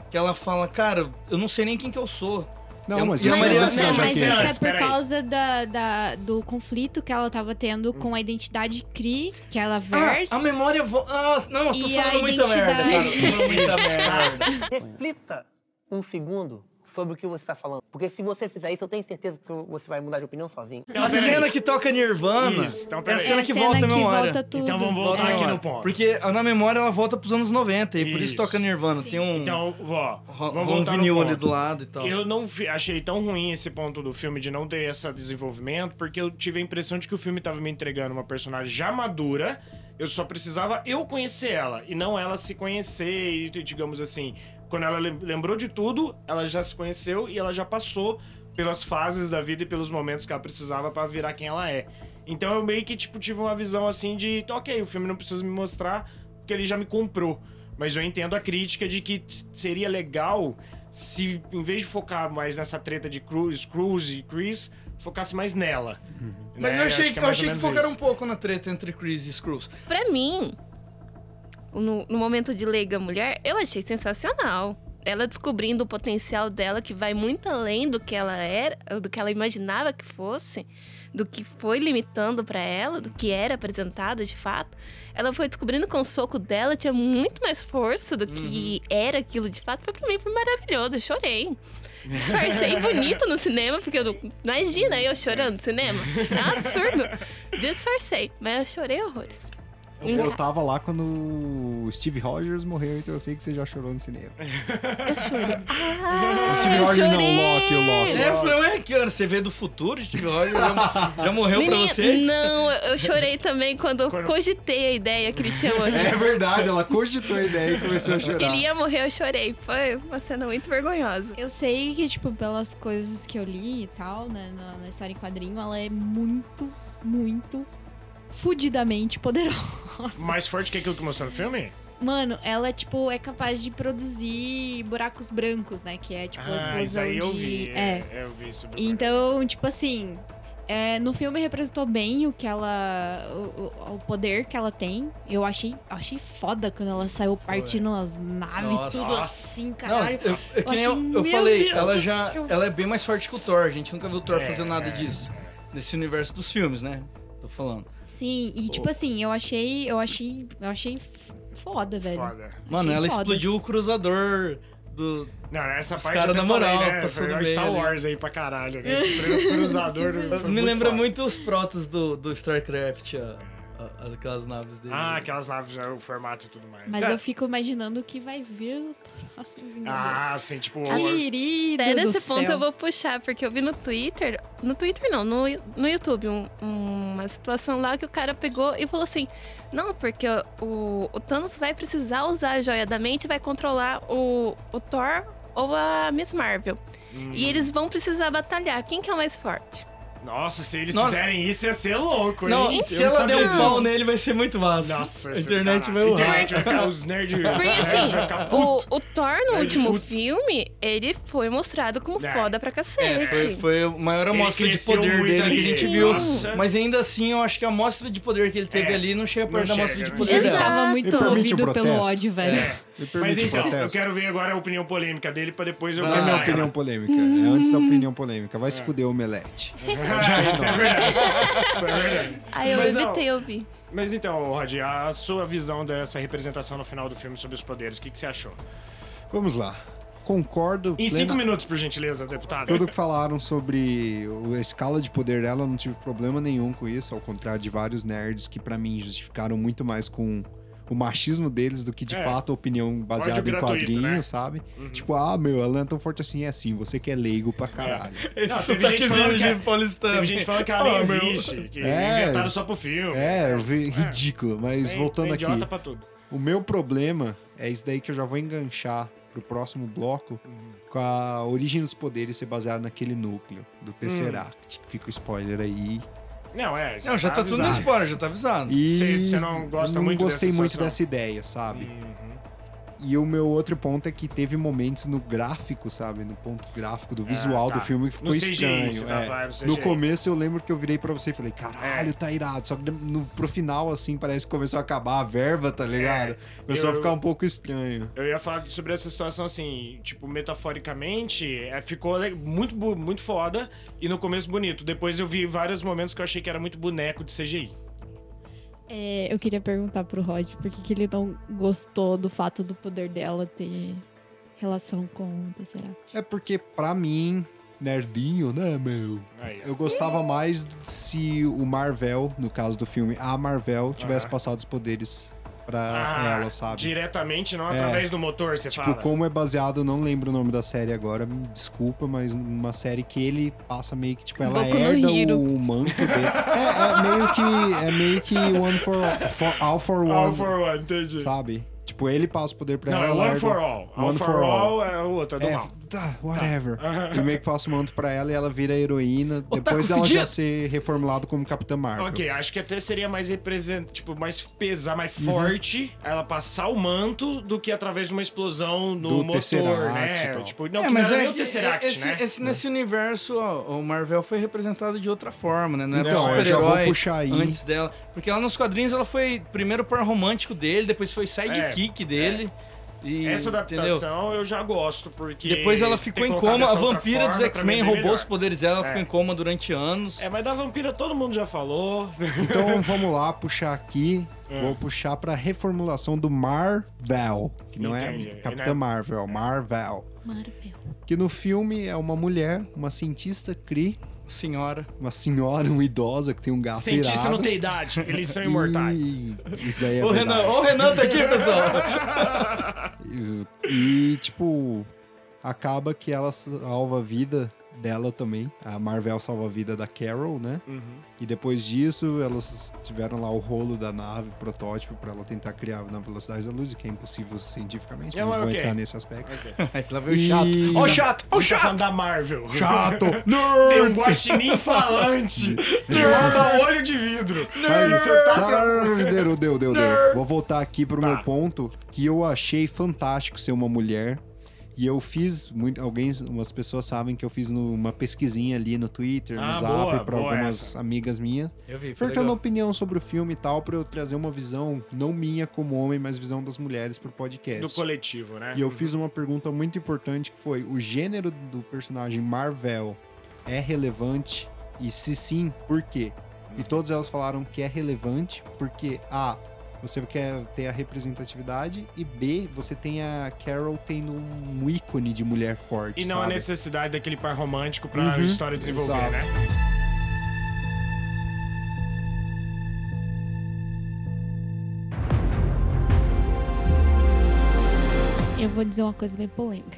S1: que ela fala, cara, eu não sei nem quem que eu sou.
S3: Não, mas
S1: E a
S3: isso
S5: Mas,
S3: é
S1: Maria-
S5: isso,
S3: antes da
S5: é,
S4: não,
S5: mas
S4: mas
S3: jaqueta.
S5: isso é
S4: antes,
S5: por
S4: peraí.
S5: causa da, da- do conflito que ela tava tendo com a identidade Cree, que é ela versa.
S1: Ah, a memória... Vo... Ah, não, eu tô
S5: E a
S1: falando muita merda,
S5: identidade.
S1: cara. Eu tô falando muita merda.
S8: Reflita um segundo. sobre o que você tá falando. Porque se você fizer isso, eu tenho certeza que você vai mudar de opinião sozinho.
S1: A
S4: Então, peraí.
S1: cena que toca Nirvana
S4: Isso, então
S1: é a
S4: peraí.
S1: cena que volta a memória.
S5: volta tudo.
S4: Então vamos voltar
S1: Volta
S4: aqui
S1: na
S4: no
S1: hora.
S4: ponto.
S1: Porque a- na memória ela volta pros anos 90 e por isso
S4: Isso.
S1: toca Nirvana. Tem um,
S4: Então, ó,
S1: ro-
S4: vamos
S1: um
S4: voltar no
S1: vinil
S4: ponto.
S1: ali do lado e tal.
S4: Eu não fi- achei tão ruim esse ponto do filme de não ter esse desenvolvimento, porque eu tive a impressão de que o filme tava me entregando uma personagem já madura, eu só precisava eu conhecer ela, e não ela se conhecer, e digamos assim, quando ela lem- lembrou de tudo, ela já se conheceu e ela já passou pelas fases da vida e pelos momentos que ela precisava pra virar quem ela é. Então eu meio que tipo tive uma visão assim de, OK, o filme não precisa me mostrar porque ele já me comprou. Mas eu entendo a crítica de que t- seria legal se, em vez de focar mais nessa treta de Cruz, Cruz e Chris, focasse mais nela.
S1: Uhum. Mas
S4: Né?
S1: eu achei,
S4: Acho
S1: que,
S4: é
S1: eu
S4: mais
S1: achei
S4: ou
S1: que
S4: menos
S1: focaram um
S4: isso.
S1: pouco na treta entre Chris e Screws.
S7: Pra mim, no, no momento de leiga mulher, eu achei sensacional. Ela descobrindo o potencial dela que vai muito além do que ela era, do que ela imaginava que fosse, do que foi limitando pra ela, do que era apresentado de fato. Ela foi descobrindo com o soco dela tinha muito mais força do que
S3: Uhum.
S7: era aquilo de fato. Foi pra mim foi maravilhoso, eu chorei. Disfarcei bonito no cinema, porque eu não... imagina eu chorando no cinema. É um absurdo. Disfarcei, mas eu chorei horrores. Em
S3: é. Eu
S7: ca-
S3: tava lá quando o Steve Rogers morreu, então eu sei que você já chorou no cinema.
S7: Ah,
S3: Steve
S7: eu
S3: Rogers não,
S7: chorei.
S3: Loki, o Loki.
S1: É, eu falei, ué, que hora? Você veio do futuro? Steve Rogers já, já morreu pra
S7: Menina,
S1: vocês?
S7: Não, eu eu chorei também quando eu
S4: Quando-
S7: cogitei a ideia que ele tinha
S3: É
S7: morrido.
S3: verdade, ela cogitou a ideia e começou a
S7: Que
S3: chorar.
S7: ele ia morrer, eu chorei. Foi uma cena muito vergonhosa.
S5: Eu sei que, tipo, pelas coisas que eu li e tal, né, na, na história em quadrinho, ela é muito, muito fudidamente poderosa.
S4: Mais forte que aquilo que mostrou no filme?
S5: Mano, ela, tipo, é capaz de produzir buracos brancos, né? Que é, tipo, a explosão
S4: ah, isso aí
S5: de...
S4: eu vi.
S5: É.
S4: Eu vi sobre o
S5: Então, tipo assim... é, no filme representou bem o que ela... O, o- o poder que ela tem. Eu achei, achei foda quando ela saiu partindo as naves,
S1: Nossa.
S5: tudo assim,
S1: Não,
S5: caralho.
S1: eu, eu, que nem
S5: achei-
S1: eu, eu
S5: meu
S1: falei,
S5: Deus
S1: ela
S5: do
S1: já.
S5: céu.
S1: Ela é bem mais forte que o Thor. A gente nunca viu o Thor
S4: É,
S1: fazendo nada
S4: é.
S1: disso. Nesse universo dos filmes, né? Tô falando.
S5: Sim, e tipo assim, eu achei... Eu achei... Eu achei f-
S1: é
S5: foda, velho.
S4: Foda.
S1: Mano,
S5: Achei
S1: ela
S5: foda.
S1: explodiu o cruzador do.
S4: Não, essa
S1: Os
S4: parte
S1: cara,
S4: eu até
S1: na moral,
S4: falei, né?
S1: passou do
S4: Foi
S1: meio
S4: Star
S1: ali.
S4: Wars aí pra caralho, né? O cruzador foi
S1: Me lembra
S4: foda.
S1: muito os protos do, do StarCraft, a- a- aquelas naves dele.
S4: Ah, aquelas naves, né, o formato e tudo mais.
S5: Mas
S1: Cara-
S5: eu fico imaginando o que vai vir no próximo Vingadores.
S4: Ah, sim, tipo...
S5: Querido
S7: Até
S5: do
S7: nesse
S5: céu.
S7: ponto eu vou puxar, porque eu vi no Twitter, no Twitter não, no, no YouTube, um- uma situação lá que o cara pegou e falou assim: Não, porque o, o Thanos vai precisar usar a joia da mente e vai controlar o, o Thor ou a Miss Marvel.
S4: Hum.
S1: Uhum.
S7: E eles vão precisar batalhar. Quem que é o mais forte?
S4: Nossa, se eles
S1: Nossa.
S4: fizerem isso, ia ser louco, hein?
S1: Não,
S4: Eu
S1: se ela
S4: sabia
S1: der um
S4: disso.
S1: pau nele, vai ser muito massa.
S4: Nossa, é
S1: a
S4: esse
S1: internet
S4: cara-
S1: vai urrar.
S4: internet vai ficar os nerds.
S7: Porque assim, o, o Thor no
S4: Nerd
S7: último
S4: puto.
S7: filme, ele foi mostrado como
S4: É.
S7: foda pra cacete.
S1: É, foi, foi a maior
S4: Ele
S1: amostra de
S4: cresceu
S1: poder
S4: muito
S1: dele
S4: ali.
S1: que a gente
S4: Sim.
S1: viu.
S4: Nossa.
S1: Mas ainda assim, eu acho que a amostra de poder que ele teve
S4: É,
S1: ali não chega
S4: não
S1: perto da
S4: chega, né?
S1: amostra de
S4: não
S1: poder
S5: Ele
S7: Exato.
S1: dela.
S5: tava muito
S3: Me permite um
S5: movido pelo
S3: protesto?
S5: ódio,
S1: É.
S5: velho.
S3: Me
S4: Mas
S3: permite
S4: então,
S3: protesto.
S4: eu quero ver agora a opinião polêmica dele pra depois eu
S1: Vai
S3: Não é
S1: lá,
S4: ganhar
S3: minha
S1: Ah,
S3: opinião polêmica. É antes da opinião polêmica. Vai se fuder, omelete.
S4: ela. Isso é verdade. Isso é verdade.
S7: Aí eu
S4: Mas não.
S7: evitei ouvir.
S4: Mas então, Rod, a sua visão dessa representação no final do filme sobre os poderes, o que, que você achou?
S3: Vamos lá. Concordo.
S4: Em cinco
S3: plena-
S4: minutos, por gentileza, deputado.
S3: Tudo que falaram sobre o- a escala de poder dela, eu não tive problema nenhum com isso, ao contrário de vários nerds que, pra mim, justificaram muito mais com o machismo deles do que, de
S4: É.
S3: fato, a opinião baseada
S4: Ódio
S3: em
S4: gratuito,
S3: quadrinhos,
S4: né?
S3: sabe? Tipo, ah, meu, ela é tão forte assim, é assim, você que é leigo pra caralho.
S1: Esse
S4: Não, teve gente
S1: sotaquezinho
S4: falando que- é-
S1: de paulistano.
S4: Teve gente falando que ela nem
S1: Ah, meu.
S4: existe, que
S3: É.
S4: inventaram só pro filme.
S3: É, eu vi- ridículo, mas
S4: Tem-
S3: voltando
S4: tem
S3: aqui.
S4: idiota pra tudo.
S3: O meu problema é isso daí que eu já vou enganchar pro próximo bloco
S4: Uhum.
S3: com a origem dos poderes ser baseada naquele núcleo do
S4: Hum.
S3: Tesseract. Fica o spoiler aí.
S4: Não, é.
S1: Não, já tá tudo no
S4: avisado.
S1: spoiler, já tá avisado.
S3: E
S4: Você- você não gosta
S3: não
S4: muito dessa
S3: gostei muito
S4: situação?
S3: dessa ideia, sabe?
S4: Uhum.
S3: E o meu outro ponto é que teve momentos no gráfico, sabe? No ponto gráfico do visual
S4: tá.
S3: do filme que ficou
S4: No CGI,
S3: estranho.
S4: você tá
S3: é.
S4: falando, no
S3: no
S4: CGI.
S3: começo eu lembro que eu virei pra você e falei,
S4: É.
S3: caralho, tá irado. Só que no, pro final, assim, parece que começou a acabar a verba, tá ligado? Começou
S4: É, Eu-
S3: a ficar um pouco estranho.
S4: Eu ia falar sobre essa situação assim, tipo, metaforicamente, é, ficou le- muito, bu- muito foda e no começo bonito. Depois eu vi vários momentos que eu achei que era muito boneco de CGI.
S5: É, eu queria perguntar pro Rod por que, que ele não gostou do fato do poder dela ter relação com o Tesseract.
S3: É porque, pra mim, nerdinho, né, meu?
S4: Aí, ó.
S3: Eu gostava mais se o Marvel, no caso do filme, a Marvel, tivesse
S4: Aham.
S3: passado os poderes pra
S4: Ah,
S3: ela, sabe? É.
S4: Diretamente, não através do motor, você
S3: Tipo,
S4: fala.
S3: como é baseado, eu não lembro o nome da série agora, me desculpa, mas uma série que ele passa meio que, tipo, ela
S7: Boku no
S3: herda
S7: Hero.
S3: o manto dele. é, é meio que, é meio que one for, for- all for one,
S4: All for one, entendi.
S3: sabe? Tipo, ele passa o poder pra
S4: Não,
S3: ela.
S4: é
S3: ela
S4: one
S3: herda-
S4: for all. All
S3: One
S4: for,
S3: for
S4: all, é o outro, é do
S3: É,
S4: mal.
S3: tá, whatever. Ele meio que passa o manto pra ela e ela vira a heroína,
S1: Otaku
S3: depois dela já
S1: fedido.
S3: ser reformulada como Capitã Marvel.
S4: Ok, acho que até seria mais represent... tipo, mais pesar, mais
S3: Uhum.
S4: forte ela passar o manto do que através de uma explosão no
S3: Do então.
S4: motor,
S3: Tesseract e
S4: né?
S3: tal.
S4: Tipo,
S1: É,
S4: não, que não era nem o Tesseract,
S1: esse,
S4: né?
S1: esse- nesse universo, ó, o Marvel foi representado de outra forma, né? Não era
S4: Então,
S1: um
S4: eu já
S3: vou
S1: super-herói
S3: puxar aí.
S1: antes dela. Porque lá nos quadrinhos ela foi primeiro o par romântico dele, depois foi sidekick dele. E,
S4: É, Essa
S1: entendeu?
S4: adaptação eu já gosto, porque...
S1: Depois ela
S4: ter
S1: ficou em
S4: colocado
S1: coma, a
S4: essa outra
S1: vampira
S4: forma,
S1: dos
S4: pra mim,
S1: X-Men
S4: é
S1: roubou
S4: melhor.
S1: os poderes dela, ela
S4: É.
S1: ficou em coma durante anos.
S4: É, mas da vampira todo mundo já falou.
S3: Então vamos lá puxar aqui.
S4: É.
S3: Vou puxar pra reformulação do Marvel, que não
S4: Entendi.
S3: é Capitã
S4: Não é-
S3: Marvel, Marvel.
S5: Marvel.
S3: Que no filme é uma mulher, uma cientista cri,
S1: Senhora.
S3: uma senhora, uma idosa que tem um gato
S4: Cientista
S3: irado.
S4: não tem idade, eles são
S3: E-
S4: imortais.
S3: Isso daí é
S1: Ô
S3: verdade.
S1: Renan, ô Renan tá aqui, pessoal.
S3: E, tipo, acaba que ela salva a vida dela também. A Marvel salva a vida da Carol, né?
S4: Uhum.
S3: E depois disso, elas tiveram lá o rolo da nave, protótipo, pra ela tentar criar na velocidade da luz, o que é impossível cientificamente, mas
S4: É,
S3: não vou
S4: ok.
S3: entrar nesse aspecto.
S1: Lá veio o chato.
S3: E-
S1: Ó o chato, ó o
S4: Você tá
S1: chato.
S4: falando da Marvel.
S3: Chato!
S4: Tem um guaxinim falante que roda olho de vidro.
S3: Mas
S4: Você tá
S3: Nerd, Deu, deu, deu, deu. Vou voltar aqui pro
S4: Tá.
S3: meu ponto, que eu achei fantástico ser uma mulher. E eu fiz, muito, alguém, umas pessoas sabem que eu fiz no- uma pesquisinha ali no Twitter,
S4: Ah,
S3: no Zap,
S4: boa,
S3: pra
S4: boa
S3: algumas
S4: essa.
S3: amigas minhas.
S1: Eu vi, foi
S3: Flertando
S1: legal.
S3: opinião sobre o filme e tal, pra eu trazer uma visão, não minha como homem, mas visão das mulheres pro podcast.
S4: é Do coletivo, né?
S3: E eu fiz uma pergunta muito importante que foi: o gênero do personagem Marvel é relevante? E se sim, por quê? E todas elas falaram que é relevante porque A, você quer ter a representatividade e B, você tem a Carol tendo um ícone de mulher forte.
S4: E não é a
S3: sabe?
S4: necessidade daquele par romântico pra
S3: Uhum,
S4: história desenvolver,
S3: exato.
S4: né?
S5: Eu vou dizer uma coisa bem polêmica.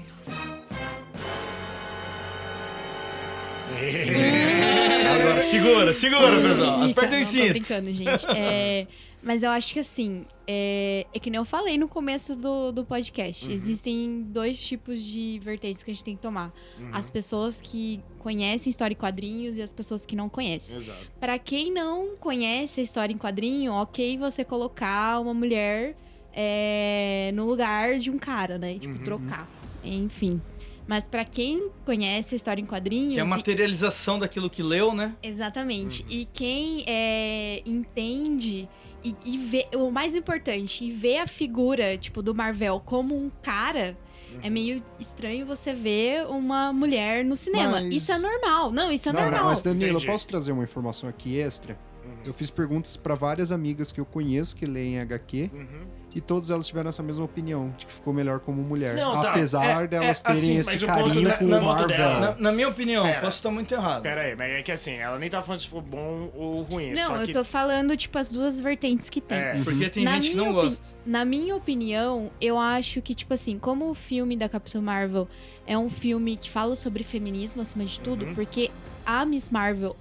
S1: Agora, segura, segura, pessoal. Aperta
S5: Não,
S1: os
S5: tô
S1: cintos.
S5: brincando, gente. É, mas eu acho que assim, é, é que nem eu falei no começo do, do podcast. Existem dois tipos de vertentes que a gente tem que tomar. As pessoas que conhecem história e quadrinhos e as pessoas que não conhecem.
S4: Exato.
S5: Pra quem não conhece a história em quadrinho, ok você colocar uma mulher é, no lugar de um cara, né? Tipo,
S4: Uhum.
S5: trocar. Enfim. Mas pra quem conhece a história em quadrinhos...
S1: Que é a
S5: e-
S1: materialização daquilo que leu, né?
S5: Exatamente. E quem é, entende e, e vê. O mais importante, e vê a figura, tipo, do Marvel como um cara. É meio estranho você ver uma mulher no cinema.
S3: Mas-
S5: Isso é normal. Não, isso é
S3: Não,
S5: normal.
S3: não, mas Danilo,
S4: Entendi. Uhum.
S3: eu posso trazer uma informação aqui extra? Eu fiz perguntas pra várias amigas que eu conheço que leem HQ
S4: Uhum.
S3: e todas elas tiveram essa mesma opinião, de que ficou melhor como mulher.
S4: Não, tá,
S3: apesar
S1: é-
S3: delas
S1: é,
S3: terem
S1: assim,
S3: esse
S4: mas o ponto
S3: carinho
S4: da-
S3: com
S4: o
S3: o
S4: ponto
S3: Marvel.
S4: dela- né?
S1: Na, na minha opinião,
S4: Pera.
S1: posso estar muito errado.
S4: Pera aí, mas é que assim, ela nem tá falando se for bom ou ruim. é
S5: Não,
S4: só
S5: eu
S4: que...
S5: tô falando, tipo, as duas vertentes que tem.
S4: É.
S1: Porque tem
S5: Na
S1: gente que
S5: minha
S1: não
S5: opini-
S1: gosta.
S5: Na minha opinião, eu acho que, tipo assim, como o filme da Capitã Marvel é um filme que fala sobre feminismo acima de tudo,
S4: Uhum.
S5: porque a Miss Marvel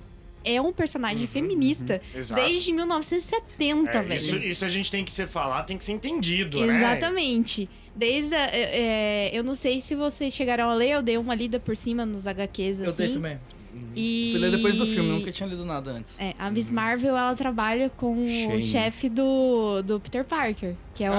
S5: é um personagem
S4: Uhum,
S5: feminista
S4: Exato.
S5: desde 1970,
S4: É,
S5: velho.
S4: isso, isso a gente tem que ser falar, tem que ser entendido, né?
S5: Exatamente. Desde a, é, é, Eu não sei se vocês chegaram a ler, eu dei uma lida por cima nos HQs,
S1: Eu
S5: assim.
S1: dei também.
S5: E...
S1: Fui ler depois do filme, nunca tinha lido nada antes.
S5: É, a
S4: Uhum.
S5: Miss Marvel, ela trabalha com
S3: Shane.
S5: o chefe do, do Peter Parker, que é o...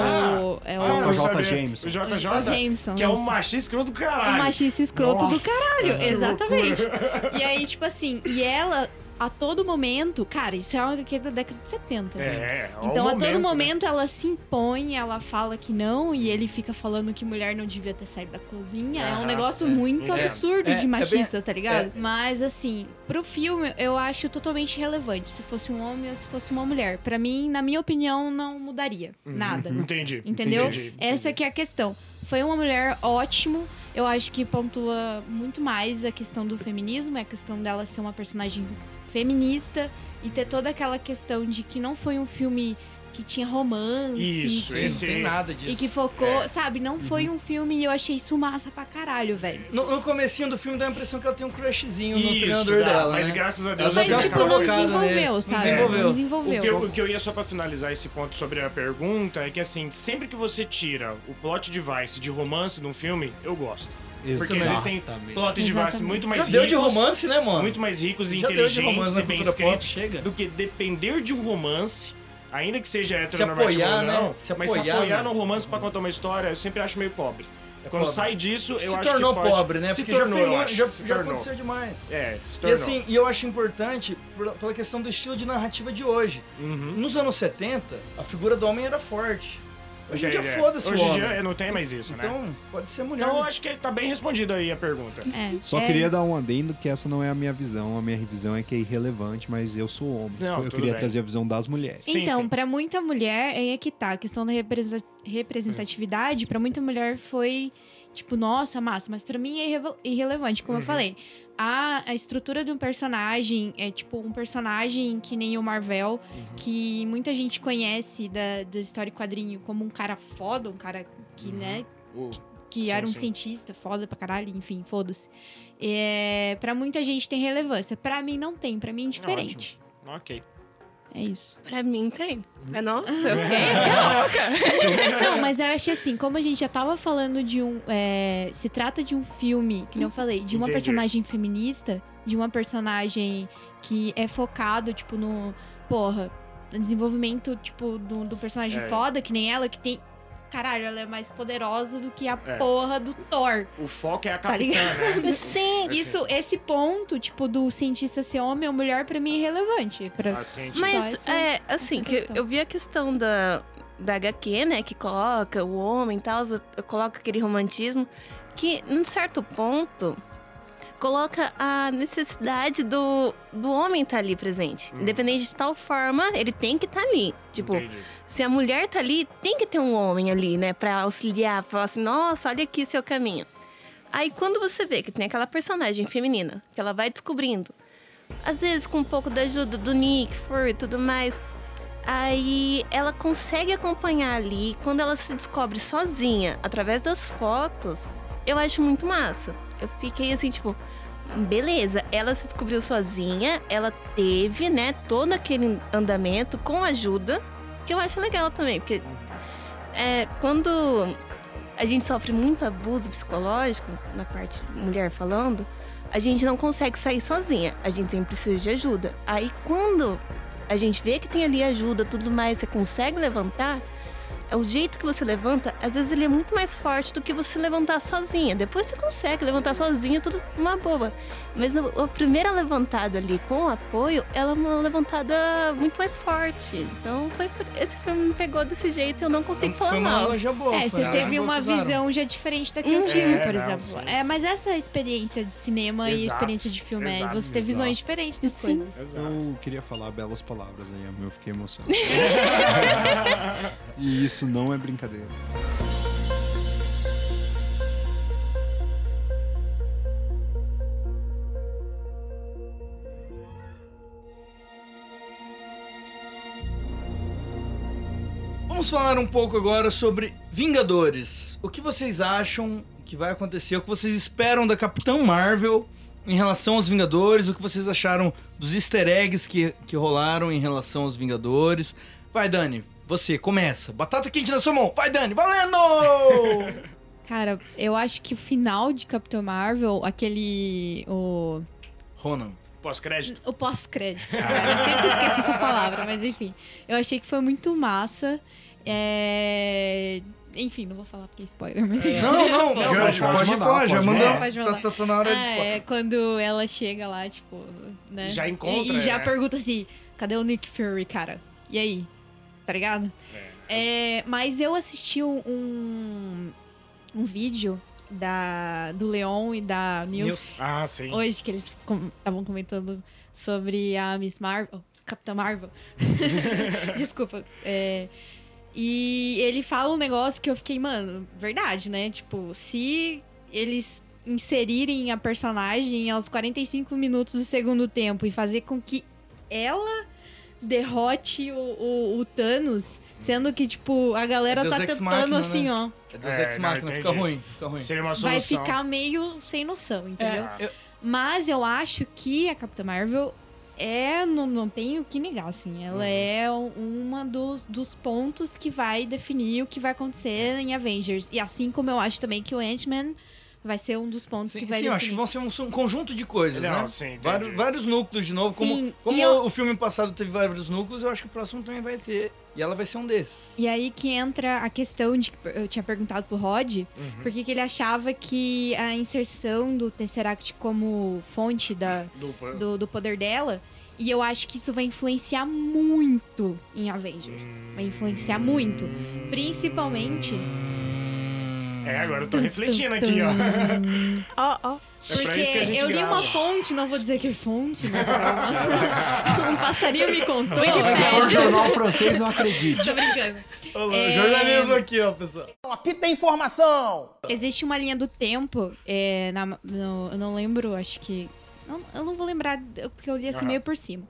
S5: É o...
S4: Ah, eu
S3: JJ
S4: sabia.
S3: Jameson.
S4: O JJ,
S5: o Jameson, né?
S4: que é o
S5: isso.
S4: machista escroto do
S5: um
S4: caralho.
S5: machista escroto do
S4: Nossa,
S5: caralho.
S4: que
S5: Exatamente.
S4: loucura.
S5: E aí, tipo assim, e ela, a todo momento, cara, isso é uma HQ da década de 70. né?
S4: É, ó o
S5: Então, a todo
S4: né?
S5: momento, ela se impõe, ela fala que não, e ele fica falando que mulher não devia ter saído da cozinha. é
S4: Aham,
S5: um negócio
S4: é.
S5: muito
S4: É,
S5: absurdo
S1: é, é
S5: de
S1: bem-
S5: machista, tá ligado? Mas, assim, pro filme, eu acho totalmente relevante se fosse um homem ou se fosse uma mulher. Pra
S4: Uhum.
S5: mim, na minha opinião, não mudaria nada.
S4: Entendi.
S5: Entendeu?
S4: Entendi.
S5: Essa que é a questão. Foi uma mulher ótimo. Eu acho que pontua muito mais a questão do feminismo, é a questão dela ser uma personagem feminista e ter toda aquela questão de que não foi um filme que tinha romance,
S4: Isso,
S5: que-
S4: esse-
S1: Não tem nada disso.
S5: e que focou,
S4: É.
S5: sabe? Não foi um filme e eu achei isso massa pra caralho, velho.
S1: No, no comecinho do filme dá a impressão que ela tem um crushzinho no
S4: Isso,
S1: treinador
S4: dá,
S1: dela,
S4: mas
S1: né?
S4: graças a
S1: Ela
S4: Deus...
S1: dá
S4: eu
S5: Mas,
S1: aquela
S5: tipo, não
S4: acabei-
S1: focada
S5: desenvolveu,
S1: nele. Não
S5: sabe?
S1: desenvolveu.
S5: Não
S4: né? O
S5: desenvolveu.
S4: que, eu, o que eu ia só pra finalizar esse ponto sobre a pergunta é que, assim, sempre que você tira o plot device de romance de um filme, eu gosto. Porque existem plot device
S5: Exatamente.
S4: muito
S1: Já
S4: mais
S1: deu de
S4: ricos,
S1: romance, né, mano?
S4: muito mais ricos e
S1: Já deu de romance
S4: inteligentes
S1: na
S4: e bem
S1: cultura pop,
S4: escritos
S1: chega.
S4: do que depender de um romance, ainda que seja
S1: Se
S4: heteronormativo
S1: apoiar,
S4: ou não,
S1: né? Se
S4: mas se
S1: apoiar,
S4: apoiar
S1: né?
S4: no romance pra contar uma história, eu sempre acho meio pobre.
S1: É
S4: Quando
S1: pobre.
S4: sai disso, eu
S1: se
S4: acho
S1: tornou
S4: que pode...
S1: pobre, né?
S4: Se
S1: Porque
S4: tornou,
S1: já, foi,
S4: eu
S1: mu-
S4: acho.
S1: já,
S4: se
S1: já
S4: tornou.
S1: aconteceu demais.
S4: É, se
S1: E
S4: tornou.
S1: assim, e eu acho importante por- pela questão do estilo de narrativa de hoje.
S4: Uhum.
S1: Nos anos 70, a figura do homem era forte. Hoje em
S4: Entendi,
S1: dia,
S4: é.
S1: foda-se o
S4: Hoje em
S1: homem.
S4: dia não tem mais isso, né?
S1: então, pode ser mulher.
S4: Então eu
S1: né?
S4: acho que tá bem respondido aí a pergunta.
S5: É,
S3: Só
S5: é,
S3: queria dar um adendo que essa não é a minha visão. A minha visão é que é irrelevante, mas eu sou homem. eu
S4: Não, tudo
S3: queria
S4: bem.
S3: trazer a visão das mulheres.
S4: Sim,
S5: Então,
S4: sim.
S5: pra muita mulher, aí é que tá. A questão da represa- representatividade, pra muita mulher foi tipo, nossa, massa, mas pra mim é irrevo- irrelevante,
S4: Uhum.
S5: como eu falei. A, a estrutura de um personagem é tipo um personagem que nem o Marvel,
S4: Uhum.
S5: que muita gente conhece da, da história e quadrinho como um cara foda, um cara que, né,
S4: O-
S5: que
S4: Uhum. Sim,
S5: era um
S4: sim.
S5: cientista foda pra caralho, enfim, foda-se. É, pra muita gente tem relevância. Pra mim não tem, pra mim é diferente.
S4: Ok.
S5: É isso.
S7: Pra mim tem. É nossa, eu fiquei louca.
S5: Não, mas eu achei assim, como a gente já tava falando de um. é, se trata de um filme, que nem eu falei, de uma
S4: Entendi.
S5: personagem feminista, de uma personagem que é focado, tipo, no. Porra, no desenvolvimento, tipo, do, do personagem
S4: É.
S5: foda, que nem ela, que tem. Caralho, ela é mais poderosa do que a
S4: É.
S5: porra do Thor.
S4: O foco é a
S5: Tá
S4: capitã, né?
S5: Sim, isso, esse ponto, tipo, do cientista ser homem ou mulher, pra mim é irrelevante. Pra...
S4: A cientista.
S7: Mas,
S5: essa-
S7: é, assim,
S5: essa
S7: que
S5: questão.
S7: eu vi a questão da, da HQ, né? Que coloca o homem e tal, coloca aquele romantismo. Que, num certo ponto, coloca a necessidade do, do homem estar ali presente.
S4: Hum.
S7: Independente de tal forma, ele tem que estar ali. Tipo,
S4: Entendi.
S7: se a mulher tá ali, tem que ter um homem ali, né? Pra auxiliar, pra falar assim, nossa, olha aqui seu caminho. Aí quando você vê que tem aquela personagem feminina, que ela vai descobrindo, às vezes com um pouco da ajuda do Nick, Fury e tudo mais, aí ela consegue acompanhar ali, quando ela se descobre sozinha, através das fotos, eu acho muito massa. Eu fiquei assim, tipo, beleza, ela se descobriu sozinha, ela teve, né, todo aquele andamento com ajuda, que eu acho legal também, porque é, quando a gente sofre muito abuso psicológico, na parte mulher falando, a gente não consegue sair sozinha, a gente sempre precisa de ajuda. Aí quando a gente vê que tem ali ajuda, tudo mais, você consegue levantar, é o jeito que você levanta, às vezes ele é muito mais forte do que você levantar sozinha. Depois você consegue levantar sozinha, tudo uma boa. Mas a, a primeira levantada ali com o apoio, ela é uma levantada muito mais forte. Então foi por- esse filme me pegou desse jeito, eu não consigo falar
S1: Foi uma
S7: mal.
S1: analogia boa.
S5: É,
S1: foi
S5: você
S1: uma
S5: teve
S1: analogia
S5: uma
S1: que usaram.
S5: visão já diferente da que
S7: Uhum.
S5: eu tive,
S4: É, não,
S5: por exemplo.
S4: sim,
S5: É,
S4: sim.
S5: mas essa é a experiência de cinema e a
S4: Exato,
S5: experiência de filme é
S4: exato,
S5: você ter visões diferentes das coisas.
S4: Exato.
S3: Eu queria falar belas palavras aí, amor. Eu fiquei emocionado. e isso não é brincadeira.
S1: Vamos falar um pouco agora sobre Vingadores. O que vocês acham que vai acontecer? O que vocês esperam da Capitã Marvel em relação aos Vingadores? O que vocês acharam dos easter eggs que, que rolaram em relação aos Vingadores? Vai, Dani, você começa. Batata quente na sua mão. Vai, Dani, valendo!
S5: Cara, eu acho que o final de Capitão Marvel, aquele. O,
S1: Ronan.
S4: Pós-crédito?
S5: o pós-crédito. né? eu sempre esqueço essa palavra, mas enfim. Eu achei que foi muito massa. É, Enfim, não vou falar porque é spoiler, mas enfim.
S1: Não, não,
S5: Pode,
S1: já,
S3: pode
S1: pode,
S3: mandar,
S1: falar, já
S3: pode
S1: mandou.
S5: mandar. Pode mandar.
S1: Tá, tá- tá na hora de
S5: Ah,
S1: falar.
S5: é, quando ela chega lá, tipo, né?
S4: Já
S5: E-
S4: encontra,
S5: E, já
S4: né?
S5: pergunta assim, cadê o Nick Fury, cara? E aí? Tá ligado? É, mas eu assisti um- um, um vídeo da, do Leon e da Nils
S4: Ah, sim.
S5: hoje que eles estavam comentando sobre a Miss Marvel, Capitã Marvel. Desculpa. é, E ele fala um negócio que eu fiquei, mano, verdade, né? Tipo, se eles inserirem a personagem aos 45 minutos do segundo tempo e fazer com que ela derrote o, o- o Thanos, sendo que, tipo, a galera
S1: É Deus
S5: tá
S1: Ex
S5: tentando
S1: Machina, né?
S5: assim, ó.
S1: É dos
S4: É,
S1: Ex
S4: não,
S1: Machina, fica
S4: entendi.
S1: ruim, fica ruim.
S4: Seria uma solução.
S5: Vai ficar meio sem noção, entendeu?
S1: É, eu-
S5: Mas eu acho que a Capitã Marvel é. Não, não tem o que negar, assim.
S1: Uhum.
S5: Ela é um- uma dos, dos pontos que vai definir o que vai
S1: É.
S5: acontecer em Avengers. E assim como eu acho também que o Ant-Man vai ser um dos pontos
S1: sim,
S5: que vai
S1: sim, eu acho que
S5: definir.
S1: vão ser um, um conjunto de coisas,
S4: Não,
S1: né?
S4: sim, entendi.
S1: vários, vários núcleos de novo.
S5: Sim,
S1: como como
S5: e eu-
S1: o filme passado teve vários núcleos, eu acho que o próximo também vai ter. E ela vai ser um desses.
S5: E aí que entra a questão de que eu tinha perguntado pro Rod,
S4: Uhum.
S5: por que que ele achava que a inserção do Tesseract como fonte da,
S4: Dupla.
S5: do, do poder dela. E eu acho que isso vai influenciar muito em Avengers. Vai influenciar muito. Principalmente.
S4: É, agora eu tô refletindo aqui, ó.
S5: Ó, ó.
S4: pra
S5: Porque
S4: isso que a gente
S5: eu li
S4: grava.
S5: uma fonte, não vou dizer que fonte, mas calma. um passarinho me contou.
S3: Se
S4: é
S5: Tô
S3: for jornal francês, não acredite.
S5: brincando.
S1: Olha lá,
S5: É.
S1: jornalismo aqui, ó, pessoal.
S5: Existe uma linha do tempo, é, na- no- eu não lembro, acho que. Eu, eu não vou lembrar, porque eu li assim
S4: Aham.
S5: meio por cima.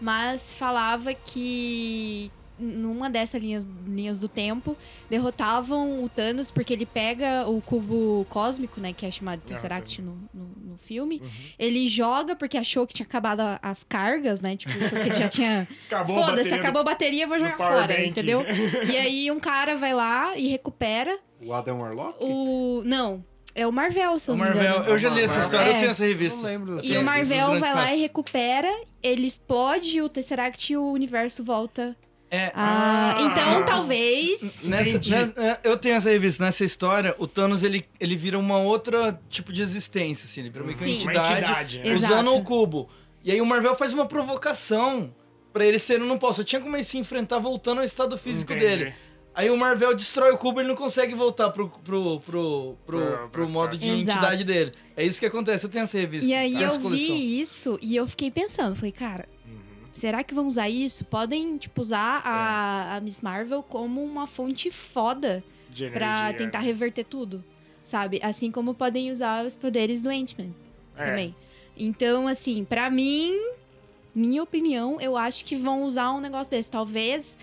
S5: Mas falava que numa dessas linhas, linhas do tempo derrotavam o Thanos porque ele pega o cubo cósmico, né? Que é chamado
S4: Ah, tá.
S5: Tesseract no, no, no filme.
S4: Uhum.
S5: Ele joga porque achou que tinha acabado a- as cargas, né? Tipo, achou que ele já tinha.
S4: Acabou a
S5: Foda-se,
S4: bateria do-
S5: acabou a bateria, vou
S4: do
S5: jogar
S4: power
S5: fora,
S4: bank.
S5: entendeu? E aí um cara vai lá e recupera.
S3: O Adam Warlock?
S5: O. Não, é o Marvel, se
S1: O
S5: eu não me
S1: Marvel,
S5: engano.
S1: eu já li essa
S4: Marvel.
S1: história, eu
S5: É.
S1: tenho essa revista.
S3: Não lembro.
S5: E
S1: Sim,
S5: o Marvel
S1: dos grandes
S5: vai lá e
S1: clássicos.
S5: recupera, ele explode o Tesseract e o universo volta.
S1: É.
S5: a-
S4: Ah.
S5: então, talvez.
S1: Nessa,
S4: Entendi.
S1: nessa- é, eu tenho essa revista, nessa história, o Thanos ele, ele vira uma outra tipo de existência, assim, ele vira uma
S5: Sim. Uma
S1: entidade,
S4: entidade, né?
S1: usando
S5: Exato.
S1: o cubo. E aí o Marvel faz uma provocação pra ele ser, eu não posso, tinha como ele se enfrentar voltando ao estado físico
S4: Entendi.
S1: dele. Aí o Marvel destrói o cubo, ele não consegue voltar pro, pro, pro, pro,
S4: Pro-
S1: pro
S4: pro
S1: modo de
S5: estado. Exato.
S1: entidade dele. É isso que acontece, eu tenho essa revista.
S5: E aí
S1: tenho essa
S5: eu
S1: coleção. Uhum.
S5: vi isso e eu fiquei pensando, falei, cara, será que vão usar isso? Podem, tipo, usar
S1: É.
S5: a, a Miss Marvel como uma fonte foda
S4: De
S5: pra
S4: energia.
S5: tentar reverter tudo, sabe? Assim como podem usar os poderes do Ant-Man.
S4: É.
S5: também. Então, assim, pra mim, minha opinião, eu acho que vão usar um negócio desse. Talvez.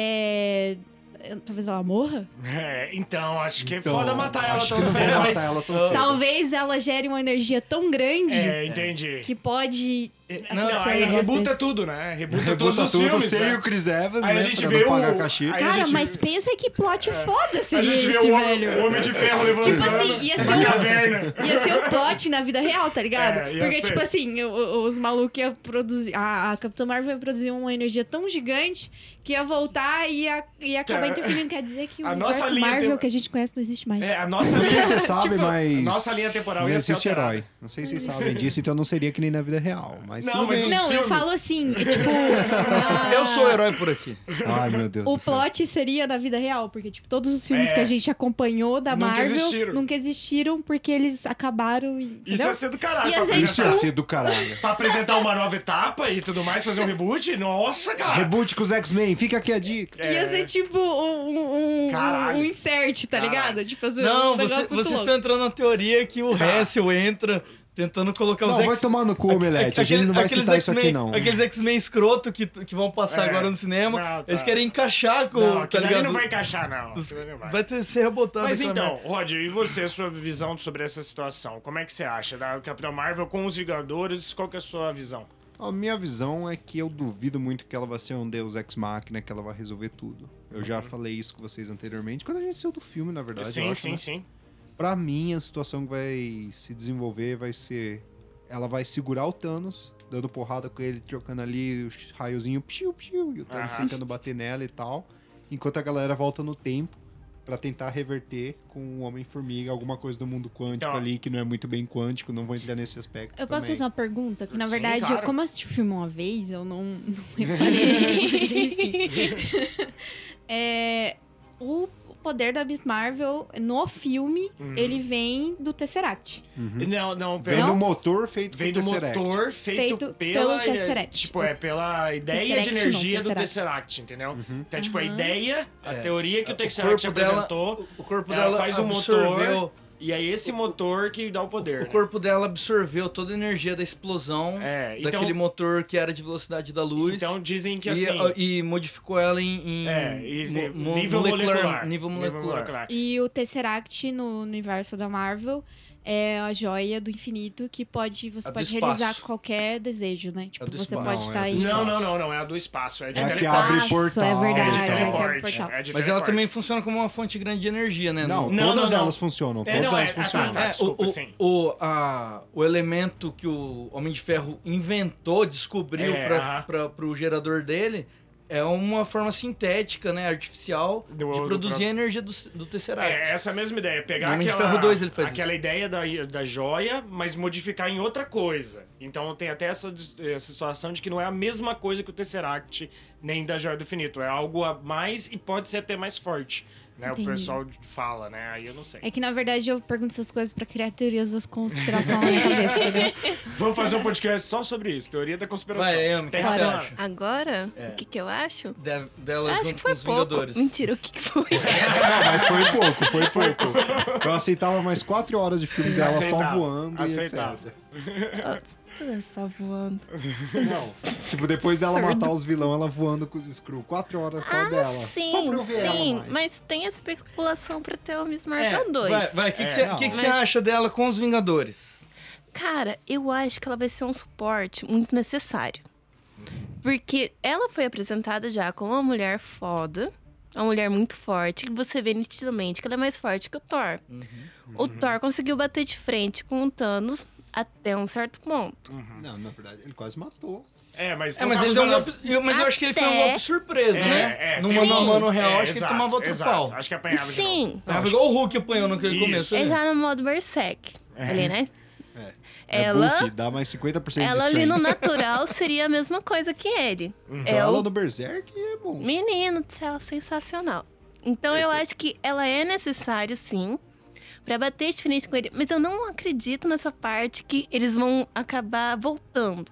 S5: É... eu- Talvez ela morra?
S4: É, então, acho que é
S3: Então,
S4: foda matar ela
S3: acho
S4: tão
S3: que não vou
S4: cedo,
S3: matar
S4: mas...
S3: ela
S5: Tá
S3: tão cedo.
S5: Talvez ela gere uma energia tão grande
S4: É, entendi.
S5: que é pode.
S1: Não,
S4: Não,
S5: sei
S4: aí
S5: lá,
S4: rebuta
S5: vocês-
S4: tudo, né? Rebuta,
S3: Rebuta
S4: todos os
S3: tudo
S4: filmes,
S3: sem
S4: né?
S3: o Chris Evans,
S4: Aí a
S3: né?
S4: gente
S3: pra
S4: vê
S3: não pagar
S4: o-
S3: cachê.
S4: aí- a
S5: Cara,
S4: gente- É.
S5: mas pensa que plot foda
S4: A
S5: seria
S4: gente
S5: esse,
S4: vê o homem,
S5: velho.
S4: o homem de ferro levantando
S5: Tipo assim, ia ser
S4: na
S5: um-
S4: caverna.
S5: Ia ser um plot na vida real, tá ligado?
S4: É, ia
S5: Porque,
S4: ser.
S5: tipo assim, o- o- os malucos iam produzir. A, a Capitã Marvel ia produzir uma energia tão gigante que ia voltar e ia, ia acabar
S4: Cara,
S5: interferindo. Quer dizer que o
S4: a
S5: universo
S4: nossa linha
S5: Marvel
S4: tem- um
S5: que a gente conhece não existe mais.
S4: É, a nossa
S3: Não sei
S4: linha...
S3: se vocês sabem, mas.
S4: nossa linha temporal
S3: não
S4: ia ser
S3: existe
S4: alterada.
S3: herói. Não sei se vocês sabem disso, então não seria que nem na vida real. Mas
S4: Não,
S3: tudo
S4: mas
S3: bem.
S4: os
S5: Não, eu
S4: filmes.
S5: falo assim, tipo.
S1: Eu sou o herói por aqui.
S3: Ai, meu Deus.
S5: O
S3: do céu.
S5: plot seria da vida real, porque, tipo, todos os filmes
S4: É.
S5: que a gente acompanhou da
S4: Nunca
S5: Marvel
S4: existiram.
S5: nunca existiram porque eles acabaram. E,
S4: Isso
S5: entendeu?
S4: ia ser do caralho.
S5: Ia
S4: pra
S5: ser
S4: apresentar-
S3: Isso ia ser do caralho.
S4: Pra apresentar uma nova etapa e tudo mais, fazer um reboot? Nossa, cara!
S3: Reboot com os X-Men, fica aqui a
S4: É
S3: dica.
S5: Ia ser tipo um, um- um-
S4: Caralho.
S5: um insert, tá
S4: Caralho.
S5: ligado? Tipo, fazer
S1: Não,
S5: um
S1: você-
S5: negócio muito
S1: vocês
S5: louco.
S1: estão entrando na teoria que o Hessel entra tentando colocar os
S3: Não, vai
S1: X-
S3: tomar no cu, Omelete. A gente
S1: Aquele-
S3: não vai
S1: aqueles
S3: citar isso aqui,
S1: X-Men-
S3: não.
S1: Aqueles X-Men escroto que, que vão passar
S4: É.
S1: agora no cinema,
S4: Não, tá.
S1: eles querem encaixar com,
S4: Não,
S1: tá
S4: aquilo ali
S1: ligado?
S4: não vai encaixar, não.
S1: Os-
S4: Aquilo ali não vai.
S1: vai ter ser rebotado.
S4: Mas
S1: essa
S4: então,
S1: merda.
S4: Rod, e você, a sua visão sobre essa situação? Como é que você acha da Capitão Marvel com os Vingadores? Qual que é a sua visão?
S3: A minha visão é que eu duvido muito que ela vai ser um Deus Ex Machina, que ela vai resolver tudo. Eu já falei isso com vocês anteriormente, quando a gente saiu do filme, na verdade. eu
S4: sim,
S3: acho,
S4: sim,
S3: né?
S4: sim.
S3: Pra mim, a situação que vai se desenvolver vai ser... Ela vai segurar o Thanos, dando porrada com ele, trocando ali o raiozinho, psiu, psiu, e o Thanos
S4: Aham.
S3: tentando bater nela e tal. Enquanto a galera volta no tempo pra tentar reverter com o Homem-Formiga, alguma coisa do mundo quântico
S4: Então-
S3: ali, que não é muito bem quântico, não vou entrar nesse aspecto
S5: Eu posso um
S3: também.
S5: fazer uma pergunta? Que, na
S4: Sim,
S5: verdade, eu-
S4: claro.
S5: como eu assisti o filme uma vez, eu não, não reparei. Mas, enfim. É, o, poder da Miss Marvel no filme,
S4: Hum.
S5: ele vem do Tesseract.
S1: Uhum.
S4: Não, não,
S3: Vem
S4: pera.
S5: Não?
S3: do motor feito
S4: Vem
S3: com
S4: do
S3: Tesseract.
S4: motor feito,
S5: Feito
S4: pela.
S5: pelo Tesseract.
S4: Tipo, é pela ideia
S5: Tesseract
S4: de
S5: não,
S4: energia do
S5: Tesseract. Uhum.
S4: Tesseract, entendeu? Então, é tipo, a ideia, a teoria que o
S2: Uhum. É. O
S4: Tesseract
S2: corpo dela-
S4: apresentou.
S2: o corpo
S4: ela
S2: dela
S4: faz o motor.
S2: absorveu-
S4: E é esse motor que dá o poder.
S2: O
S4: né?
S2: corpo dela absorveu toda a energia da explosão
S4: É, então-
S2: daquele motor que era de velocidade da luz.
S4: Então dizem que
S2: e, ah,
S4: assim.
S2: e modificou ela em, em
S4: é, e-
S2: mo- mo-
S4: nível molecular.
S2: Nível molecular.
S5: E o Tesseract no universo da Marvel é a joia do infinito que pode você
S2: É do
S5: pode
S2: espaço.
S5: realizar qualquer desejo, né? Tipo,
S2: do
S5: você
S2: espaço.
S5: pode
S3: Não, é
S5: estar
S3: do
S5: aí.
S4: Não, não, não, não. É a do espaço. É de
S3: É a que
S4: teleporte.
S3: abre
S5: Espaço,
S3: portal.
S5: é
S4: É de
S5: verdade, Ah, já quero
S4: teleporte.
S5: portal.
S4: É de
S2: Mas ela
S4: teleporte.
S2: também funciona como uma fonte grande de energia, né?
S3: Não,
S4: Não,
S3: todas
S4: não, não.
S3: elas funcionam.
S4: É,
S3: Todas
S4: não,
S3: elas
S4: é-
S3: funcionam.
S4: Ah, tá,
S2: É,
S4: desculpa,
S2: o, o-
S4: sim.
S2: O, a- o elemento que o Homem de Ferro inventou, descobriu
S4: É,
S2: pra,
S4: aham.
S2: pra, pro gerador dele, é uma forma sintética, né? Artificial
S4: Do-
S2: de
S4: do
S2: produzir
S4: próprio-
S2: a energia do, do Tesseract.
S4: É essa mesma ideia, pegar
S2: No Homem de
S4: aquela,
S2: Ferro 2 ele faz
S4: aquela ideia da, da joia, mas modificar em outra coisa. Então tem até essa, dis- essa situação de que não é a mesma coisa que o Tesseract, nem da Joia do Infinito. É algo a mais e pode ser até mais forte, né? O
S5: Entendi.
S4: pessoal fala, né? Aí eu não sei.
S5: É que na verdade eu pergunto essas coisas pra criar teorias das conspirações tá na minha cabeça, entendeu?
S4: Vamos fazer um podcast só sobre isso, teoria da conspiração.
S2: Vai, Amy, o que
S4: Terra
S2: você
S4: plana.
S2: acha?
S7: Agora,
S2: É.
S7: o que que eu acho? Ah,
S2: De- dela
S7: acho
S2: junto
S7: que
S2: com
S7: foi
S2: os
S7: pouco.
S2: Vingadores.
S7: Mentira, o que que foi?
S3: Ah, mas foi pouco, foi pouco. Eu aceitava mais quatro horas de filme dela só
S4: Aceitava,
S3: voando
S4: aceitava.
S3: e etc.
S7: Tudo é só voando.
S3: Não, tipo, depois dela
S7: é
S3: matar os vilão, ela voando com os Screw. Quatro horas só dela. só pra
S7: Ah, Sim,
S3: eu ver ela
S7: sim.
S3: mais.
S7: Mas tem a especulação pra ter o Miss
S2: É,
S7: Marvel 2.
S2: vai, vai, o que, que
S4: É,
S2: você,
S3: não.
S2: que que
S7: Mas-
S2: você acha dela com os Vingadores?
S7: Cara, eu acho que ela vai ser um suporte muito necessário. Porque ela foi apresentada já como uma mulher foda, uma mulher muito forte, que você vê nitidamente que ela é mais forte que o Thor. O Thor conseguiu bater de frente com o Thanos até um certo ponto.
S3: Uhum. Não, na verdade, ele quase matou.
S4: É, mas,
S2: É,
S4: não
S2: mas,
S4: tá
S2: ele deu um
S4: usando as-
S2: golpe, eu, mas eu acho que ele foi um
S7: Até-
S2: golpe surpresa, né? no
S4: tem
S2: mano a
S4: um-
S2: mano real,
S4: é,
S2: acho que ele
S4: exato,
S2: tomava outro
S4: exato.
S2: pau.
S4: Acho que apanhava de novo.
S7: Sim,
S2: Tava igual o Hulk apanhou naquele
S4: Isso.
S2: começo.
S7: ele
S2: né?
S7: tá no modo Berserk. Ali, né?
S3: É
S7: Ela-
S3: buff, dá mais 50% de
S7: Ela ali
S3: strength.
S7: no natural seria a mesma coisa que ele.
S3: Então,
S7: é
S3: ela
S7: o
S3: no Berserk é bom.
S7: Menino do céu, sensacional. Então eu acho que ela é necessária, sim, pra bater de frente com ele. Mas eu não acredito nessa parte que eles vão acabar voltando.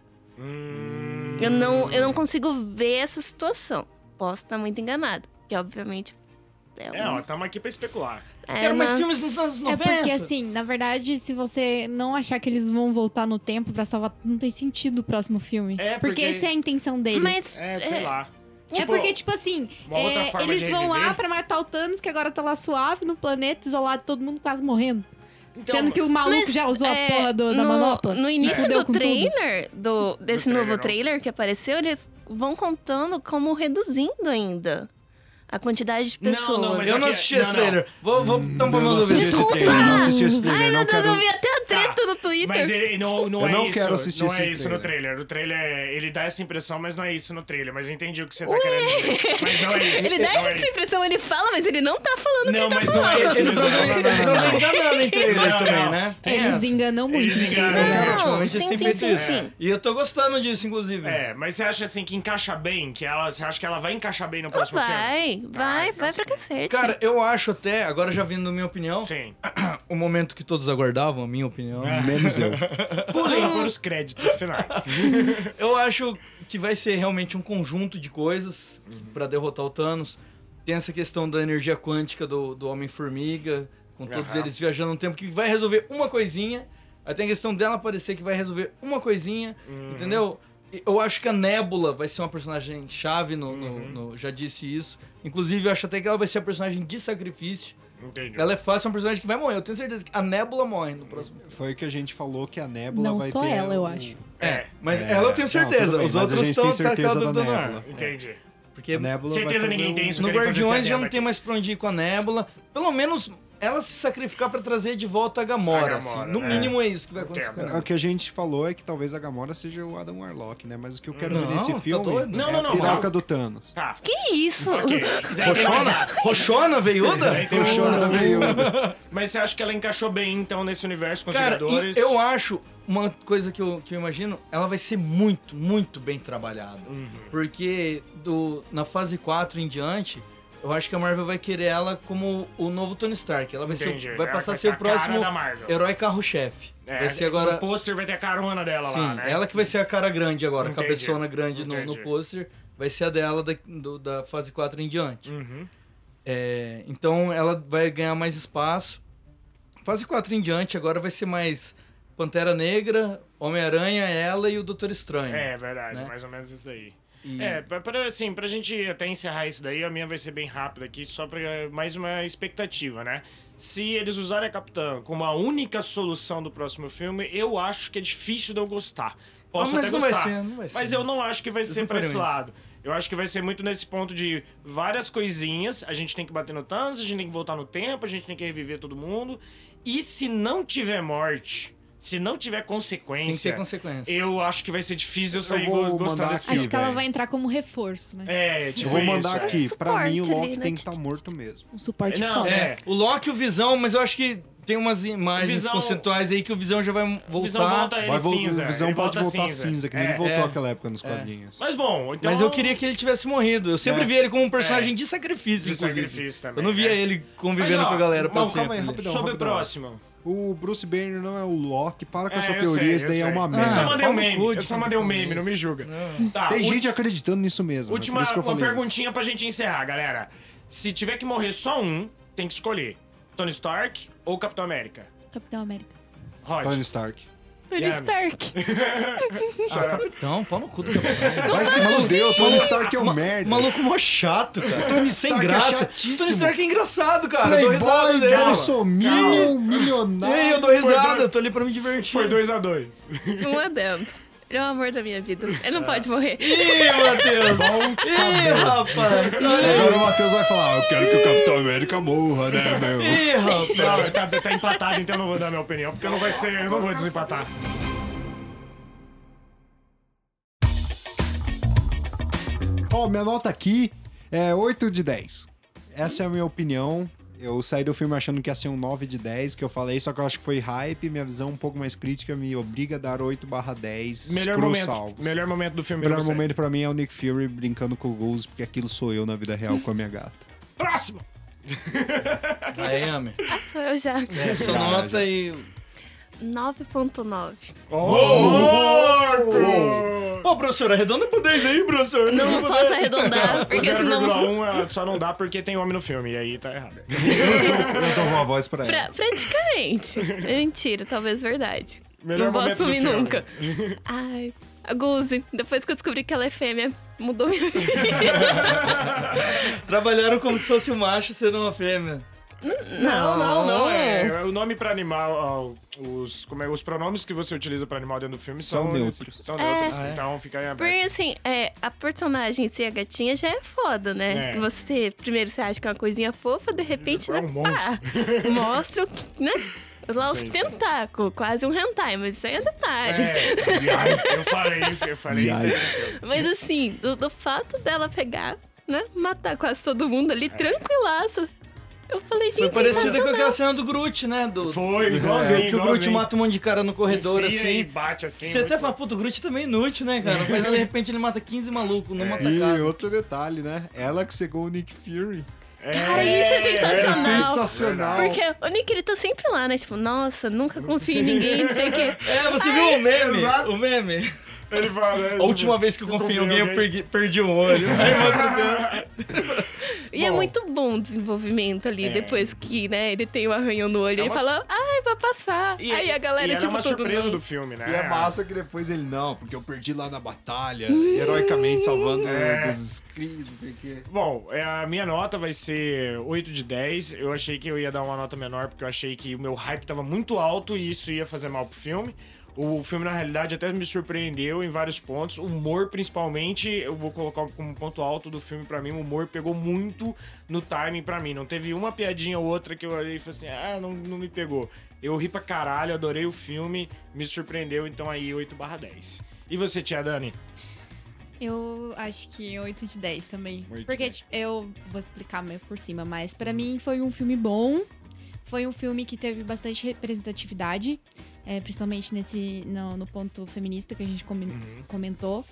S7: Eu, não, eu não consigo ver essa situação. Posso estar muito enganada, que obviamente é,
S4: É,
S7: um,
S4: ó, tamo aqui pra especular.
S7: é
S2: Quero mais
S7: uma-
S2: filmes nos anos 90.
S5: É porque assim, na verdade, se você não achar que eles vão voltar no tempo pra salvar, não tem sentido o próximo filme.
S4: É,
S5: porque
S4: porque-
S5: essa é a intenção deles.
S7: Mas
S4: É, sei lá.
S5: é porque, tipo assim,
S4: uma outra
S5: é,
S4: forma
S5: eles
S4: de
S5: vão lá
S4: reviver.
S5: pra matar o Thanos, que agora tá lá suave no planeta, isolado, todo mundo quase morrendo.
S4: Então,
S5: Sendo que o maluco
S7: Mas,
S5: já usou
S7: é,
S5: a porra do- da
S7: no,
S5: manopla.
S7: No
S5: e
S7: início
S5: fudeu
S7: do
S5: com tudo.
S7: trailer, do, desse
S4: trailer,
S7: novo
S4: não.
S7: trailer que apareceu, eles vão contando como reduzindo ainda a quantidade de pessoas.
S4: Não, não, mas
S2: eu não
S4: aqui-
S2: assisti
S4: não,
S2: esse
S4: não. Hum,
S2: trailer. Vou, então vou tampar
S3: Eu
S2: meus
S3: não assisti
S2: ouvidos.
S3: esse
S7: Desculpa!
S3: trailer, eu não assisti esse trailer,
S7: Ai,
S3: não
S7: meu Deus,
S3: quero...
S7: eu vi até a treta
S4: Tá.
S7: no Twitter.
S4: Mas ele não, não
S3: Eu
S4: é
S3: não
S4: isso.
S3: quero assistir
S4: não é
S3: esse
S4: isso no trailer. O trailer, é- ele dá essa impressão, mas não é isso no trailer. Mas eu entendi o que você tá querendo dizer. Mas não é isso.
S7: Ele dá
S4: não é
S7: essa
S4: isso.
S7: impressão, ele fala, mas ele não tá falando
S4: Não,
S7: o que ele
S4: mas
S7: tá
S4: não é
S7: falando.
S4: esse.
S2: Eles andam enganando entre
S4: Não,
S2: eles
S4: não.
S2: também, né? Tem
S5: Eles
S2: essa.
S5: enganam muito.
S4: é. Eles
S5: entendeu?
S4: enganam,
S2: É,
S4: não.
S2: ultimamente eles
S7: Sim,
S2: têm
S7: sim,
S2: feito
S7: sim,
S2: isso.
S7: sim.
S2: E eu tô gostando disso, inclusive.
S4: É, mas você acha assim que encaixa bem? Que ela, você acha que ela vai encaixar bem no próximo filme?
S7: Vai, vai, vai pra cacete.
S2: Cara, eu acho até, agora já vindo minha opinião,
S4: Sim.
S2: o momento que todos aguardavam, a minha opinião.
S3: Menos eu.
S4: Pulem por os créditos finais.
S2: Eu acho que vai ser realmente um conjunto de coisas pra derrotar o Thanos. Tem essa questão da energia quântica do, do Homem-Formiga, com todos
S4: Aham.
S2: eles viajando no tempo, que vai resolver uma coisinha. Aí tem a questão dela aparecer que vai resolver uma coisinha,
S3: Uhum.
S2: entendeu? E Eu acho que a Nébula vai ser uma personagem chave no, no-
S3: Uhum.
S2: no- Já disse isso. Inclusive, eu acho até que ela vai ser a personagem de sacrifício.
S4: Entendi.
S2: Ela é fácil, é uma personagem que vai morrer. Eu tenho certeza que a Nébula morre no próximo.
S3: Foi o que a gente falou que a Nebula
S5: Não
S3: vai
S5: só
S3: ter...
S5: ela, eu
S3: o-
S5: acho.
S2: É, mas
S3: É,
S2: ela eu tenho
S3: não,
S2: certeza.
S3: tudo bem,
S2: Os
S3: mas a
S2: outros
S3: gente tem
S2: estão
S3: certeza
S2: tacados
S3: da
S2: do
S3: Nébula.
S2: ar.
S4: Entendi.
S2: Porque
S3: A Nebula
S4: Certeza
S3: vai fazer
S4: ninguém
S3: o-
S4: tem isso.
S2: um No
S4: querem fazer
S2: Guardiões
S4: essa
S2: já não
S4: merda
S2: tem mais pra onde ir com a Nébula. Pelo menos ela se sacrificar pra trazer de volta a Gamora.
S4: A Gamora,
S2: assim. No
S4: é.
S2: mínimo é isso que vai acontecer com
S4: Entendo.
S2: ela.
S3: O que a gente falou é que talvez a Gamora seja o Adam Warlock, né? Mas o que eu quero
S2: Não,
S3: ver nesse
S2: tá
S3: filme
S2: doido.
S4: Não,
S3: é
S4: não, não,
S3: a piroca
S4: calma.
S3: do Thanos.
S4: Tá.
S7: Que É isso?
S4: Ok. Isso aí tem mais- um.
S2: Roxona? Roxona, veiuda?
S4: Isso aí tem mais- um
S3: Puxou da veiuda.
S4: Mas você acha que ela encaixou bem, então, nesse universo com os
S2: Cara,
S4: Vingadores?
S2: e eu acho uma coisa que eu, que eu imagino, ela vai ser
S4: Uhum.
S2: muito, muito bem trabalhada. Porque do, na fase 4 em diante, Eu acho que a Marvel vai querer ela como o novo Tony Stark. Ela vai, ser-
S4: Entendi.
S2: vai
S4: Ela
S2: passar a
S4: vai
S2: ser
S4: ser
S2: o
S4: a cara
S2: próximo
S4: da Marvel.
S2: herói carro-chefe.
S4: É,
S2: vai ser agora.
S4: O pôster vai ter a carona dela
S2: Sim,
S4: lá, né?
S2: ela que vai ser a cara grande agora, a
S4: Entendi.
S2: cabeçona grande no, no
S4: Entendi.
S2: pôster. Vai ser a dela da, do- da fase 4 em diante.
S4: Uhum.
S2: É, então ela vai ganhar mais espaço. Fase 4 em diante agora vai ser mais Pantera Negra, Homem-Aranha, ela e o Doutor Estranho.
S4: É, verdade,
S2: Né?
S4: mais ou menos isso daí.
S2: E-
S4: É, pra, pra- assim, pra gente até encerrar isso daí, a minha vai ser bem rápida aqui, só pra mais uma expectativa, né? Se eles usarem a Capitã como a única solução do próximo filme, eu acho que é difícil de eu gostar. Posso
S2: Ah, mas
S4: até
S2: não vai
S4: gostar.
S2: ser, não vai ser.
S4: Mas eu não acho que vai ser
S2: não
S4: pra
S2: farão
S4: esse
S2: isso.
S4: lado. Eu acho que vai ser muito nesse ponto de várias coisinhas, a gente tem que bater no Thanos, a gente tem que voltar no tempo, a gente tem que reviver todo mundo. E se não tiver morte, se não tiver consequência,
S2: Tem que ter consequência.
S4: eu acho que vai ser difícil eu sair
S3: vou
S4: go- gostar
S3: mandar aqui,
S4: desse filme.
S5: Acho que ela
S3: velho.
S5: vai entrar como reforço, né?
S4: É, tipo
S3: Eu vou mandar
S4: isso,
S3: aqui.
S7: é.
S3: Pra mim, o
S7: Suporte ali,
S3: Loki
S7: né?
S3: tem que estar morto mesmo.
S5: Um suporte
S4: Não,
S5: foda.
S4: é.
S2: O Loki e o Visão, mas eu acho que tem umas imagens
S4: Visão-
S2: conceituais aí que o Visão já vai
S4: É.
S2: voltar.
S4: O Visão volta ele
S3: Vai vol-
S4: cinza.
S3: o Visão
S4: ele
S3: pode
S4: volta
S3: voltar cinza, que nem
S4: É.
S3: ele voltou
S2: é.
S3: aquela época nos quadrinhos.
S4: Mas bom, então...
S2: Mas eu queria que ele tivesse morrido. Eu sempre
S3: É.
S2: vi ele como um personagem
S4: É.
S2: de sacrifício,
S4: De
S2: inclusive.
S4: sacrifício também,
S2: Eu não via
S4: é.
S2: ele convivendo
S4: Mas, ó,
S2: com a galera pra
S4: não,
S2: sempre.
S3: calma aí,
S2: né?
S3: rapidão.
S4: Sobre o
S3: rapidão.
S4: próximo.
S3: O Bruce Banner não é o Loki. Para com
S4: É,
S3: essa
S4: eu
S3: teoria,
S4: sei,
S3: isso daí
S4: eu
S3: é
S4: sei.
S3: uma
S4: Eu só
S2: Ah,
S3: merda.
S4: mandei um
S2: pau no
S4: meme,
S2: cu
S4: eu
S2: de
S4: só
S2: quem
S4: mandei um
S2: falou
S4: meme, não me
S2: isso.
S4: julga. Tá,
S3: Tem
S4: ul-
S3: gente acreditando nisso mesmo. né?
S4: última
S3: Por isso que eu
S4: uma
S3: falei isso.
S4: perguntinha pra gente encerrar, galera. Se tiver que morrer só um, tem que escolher. Tony Stark ou Capitão América?
S5: Capitão América.
S4: Rod.
S3: Tony Stark.
S7: Tony
S4: Yeah.
S7: Stark.
S2: Então, pau no cu do Capitão.
S3: Vai se fuder, o Tony Stark é um merda.
S2: Maluco mó chato,
S4: Tá
S2: cara.
S3: Tony
S2: Sem
S3: Stark é
S2: graça.
S3: chatíssimo.
S2: Tony Stark é engraçado, cara. Eu dou risada
S3: Playboy,
S2: dele.
S3: bolsominion,
S2: E
S3: milionário.
S2: aí, eu dou risada,
S4: dois-
S2: eu tô ali pra me divertir.
S4: Foi 2 a 2
S7: Um adendo. Ele é o amor da minha vida. Ele
S4: Ah.
S7: não pode morrer.
S2: Ih, Matheus! Ih, rapaz! Olha
S3: Agora o Matheus vai falar, "Ah, eu quero que o Capitão América morra, né, meu?
S2: aí. Ih, rapaz!
S4: Não, tá, tá empatado, então eu não vou dar minha opinião, porque eu não vai ser, eu não vou desempatar.
S3: Ó, minha nota aqui é 8 de 10. Essa é a minha opinião. Eu saí do filme achando que ia ser um 9 de 10, que eu falei, só que eu acho que foi hype. Minha visão um pouco mais crítica me obriga a dar 8 barra 10
S4: Melhor
S3: cruz
S4: momento,
S3: salvos.
S4: melhor momento do filme
S3: Melhor
S4: pra você.
S3: momento pra mim é o Nick Fury brincando com o Goose, porque aquilo sou eu na vida real com a minha gata.
S4: Próximo!
S2: Aí, Ami.
S7: Ah, sou eu já.
S2: É, só
S3: Já,
S2: nota
S3: já.
S2: e.
S7: 9.9.
S3: Oh!
S2: Ô, professor, arredonda pro 10 aí, professor.
S7: Não posso arredondar,
S4: O
S7: porque senão.
S4: 0,1 ela um, é, só não dá porque tem homem no filme, e aí tá errado.
S3: Eu dou uma voz pra ela.
S7: Pra- praticamente. Mentira, talvez verdade.
S4: Melhor
S7: não vou
S4: momento do
S7: assumir
S4: filme.
S7: nunca. Ai, a Guzi, depois que eu descobri que ela é fêmea, mudou minha vida.
S2: Trabalharam como se fosse um macho sendo uma fêmea.
S4: Não, não, não. É, o nome pra animal, ó, os, como é, os pronomes que você utiliza pra animal dentro do filme são,
S3: São neutros.
S4: São
S7: É.
S4: neutros,
S2: Ah, é?
S4: então fica aí aberto.
S7: Porque assim, é, a personagem ser a gatinha já é foda, né?
S4: É.
S7: Que Você, primeiro você acha que é uma coisinha fofa, de repente,
S4: É
S7: né?
S4: um
S7: pá, mostra o que, né? Lá os
S4: Sim, sim.
S7: tentáculos, quase um hentai, mas isso aí é detalhe.
S4: É, eu falei, eu falei isso daí.
S7: Mas assim, do, do fato dela pegar, né? Matar quase todo mundo ali, tranquilaça. Eu falei, gente,
S2: Foi parecida com
S7: sensacional.
S2: aquela cena do Groot, né? Do...
S4: Foi, igualzinho,
S2: É, que o Groot
S4: igualzinho.
S2: mata um monte de cara no corredor,
S4: Enfia E
S2: assim.
S4: bate assim.
S2: Você até
S4: muito-
S2: fala, puto, o Groot também é inútil, né, cara? Mas de repente ele mata 15 malucos
S4: É.
S2: numa
S3: E
S2: tacada.
S3: outro detalhe, né? Ela que cegou o Nick Fury.
S7: Cara, isso é
S3: É
S7: sensacional.
S3: sensacional.
S7: Porque o Nick, ele tá sempre lá, né? Tipo, nossa, nunca confio em ninguém, não sei o quê.
S2: É, você viu o meme?
S4: exato.
S2: O meme?
S4: Ele fala, né,
S2: A última
S4: tipo,
S2: vez que eu confiei em
S4: confio
S2: alguém,
S4: em
S2: eu
S4: alguém.
S2: perdi, perdi um olho. Aí mostra a cena.
S7: E é muito bom o desenvolvimento ali, depois que, né, ele tem o arranhão no olho.
S4: É
S7: ele
S4: uma-
S7: fala, ai, vai passar.
S4: E,
S7: Aí a galera,
S4: e era
S7: tipo,
S4: uma
S7: todo
S4: surpresa
S7: mundo-
S4: do filme, né?
S3: E é massa que depois ele, não, porque eu perdi lá na batalha, heroicamente salvando
S4: É.
S3: dos inscritos, não sei o quê.
S4: Bom, é, a minha nota vai ser 8 de 10. Eu achei que eu ia dar uma nota menor, porque eu achei que o meu hype tava muito alto e isso ia fazer mal pro filme. O filme, na realidade, até me surpreendeu em vários pontos. O humor, principalmente, eu vou colocar como um ponto alto do filme pra mim. O humor pegou muito no timing pra mim. Não teve uma piadinha ou outra que eu olhei e falei assim, ah, não, não me pegou. Eu ri pra caralho, adorei o filme, me surpreendeu, então aí 8 barra 10. E você, tia Dani?
S5: Eu acho que 8 de 10 também.
S4: 8 de
S5: Porque
S4: 10.
S5: tipo, eu vou explicar meio por cima, mas pra mim foi um filme bom. Foi um filme que teve bastante representatividade, é, principalmente nesse no, no ponto feminista que a gente comen- comentou.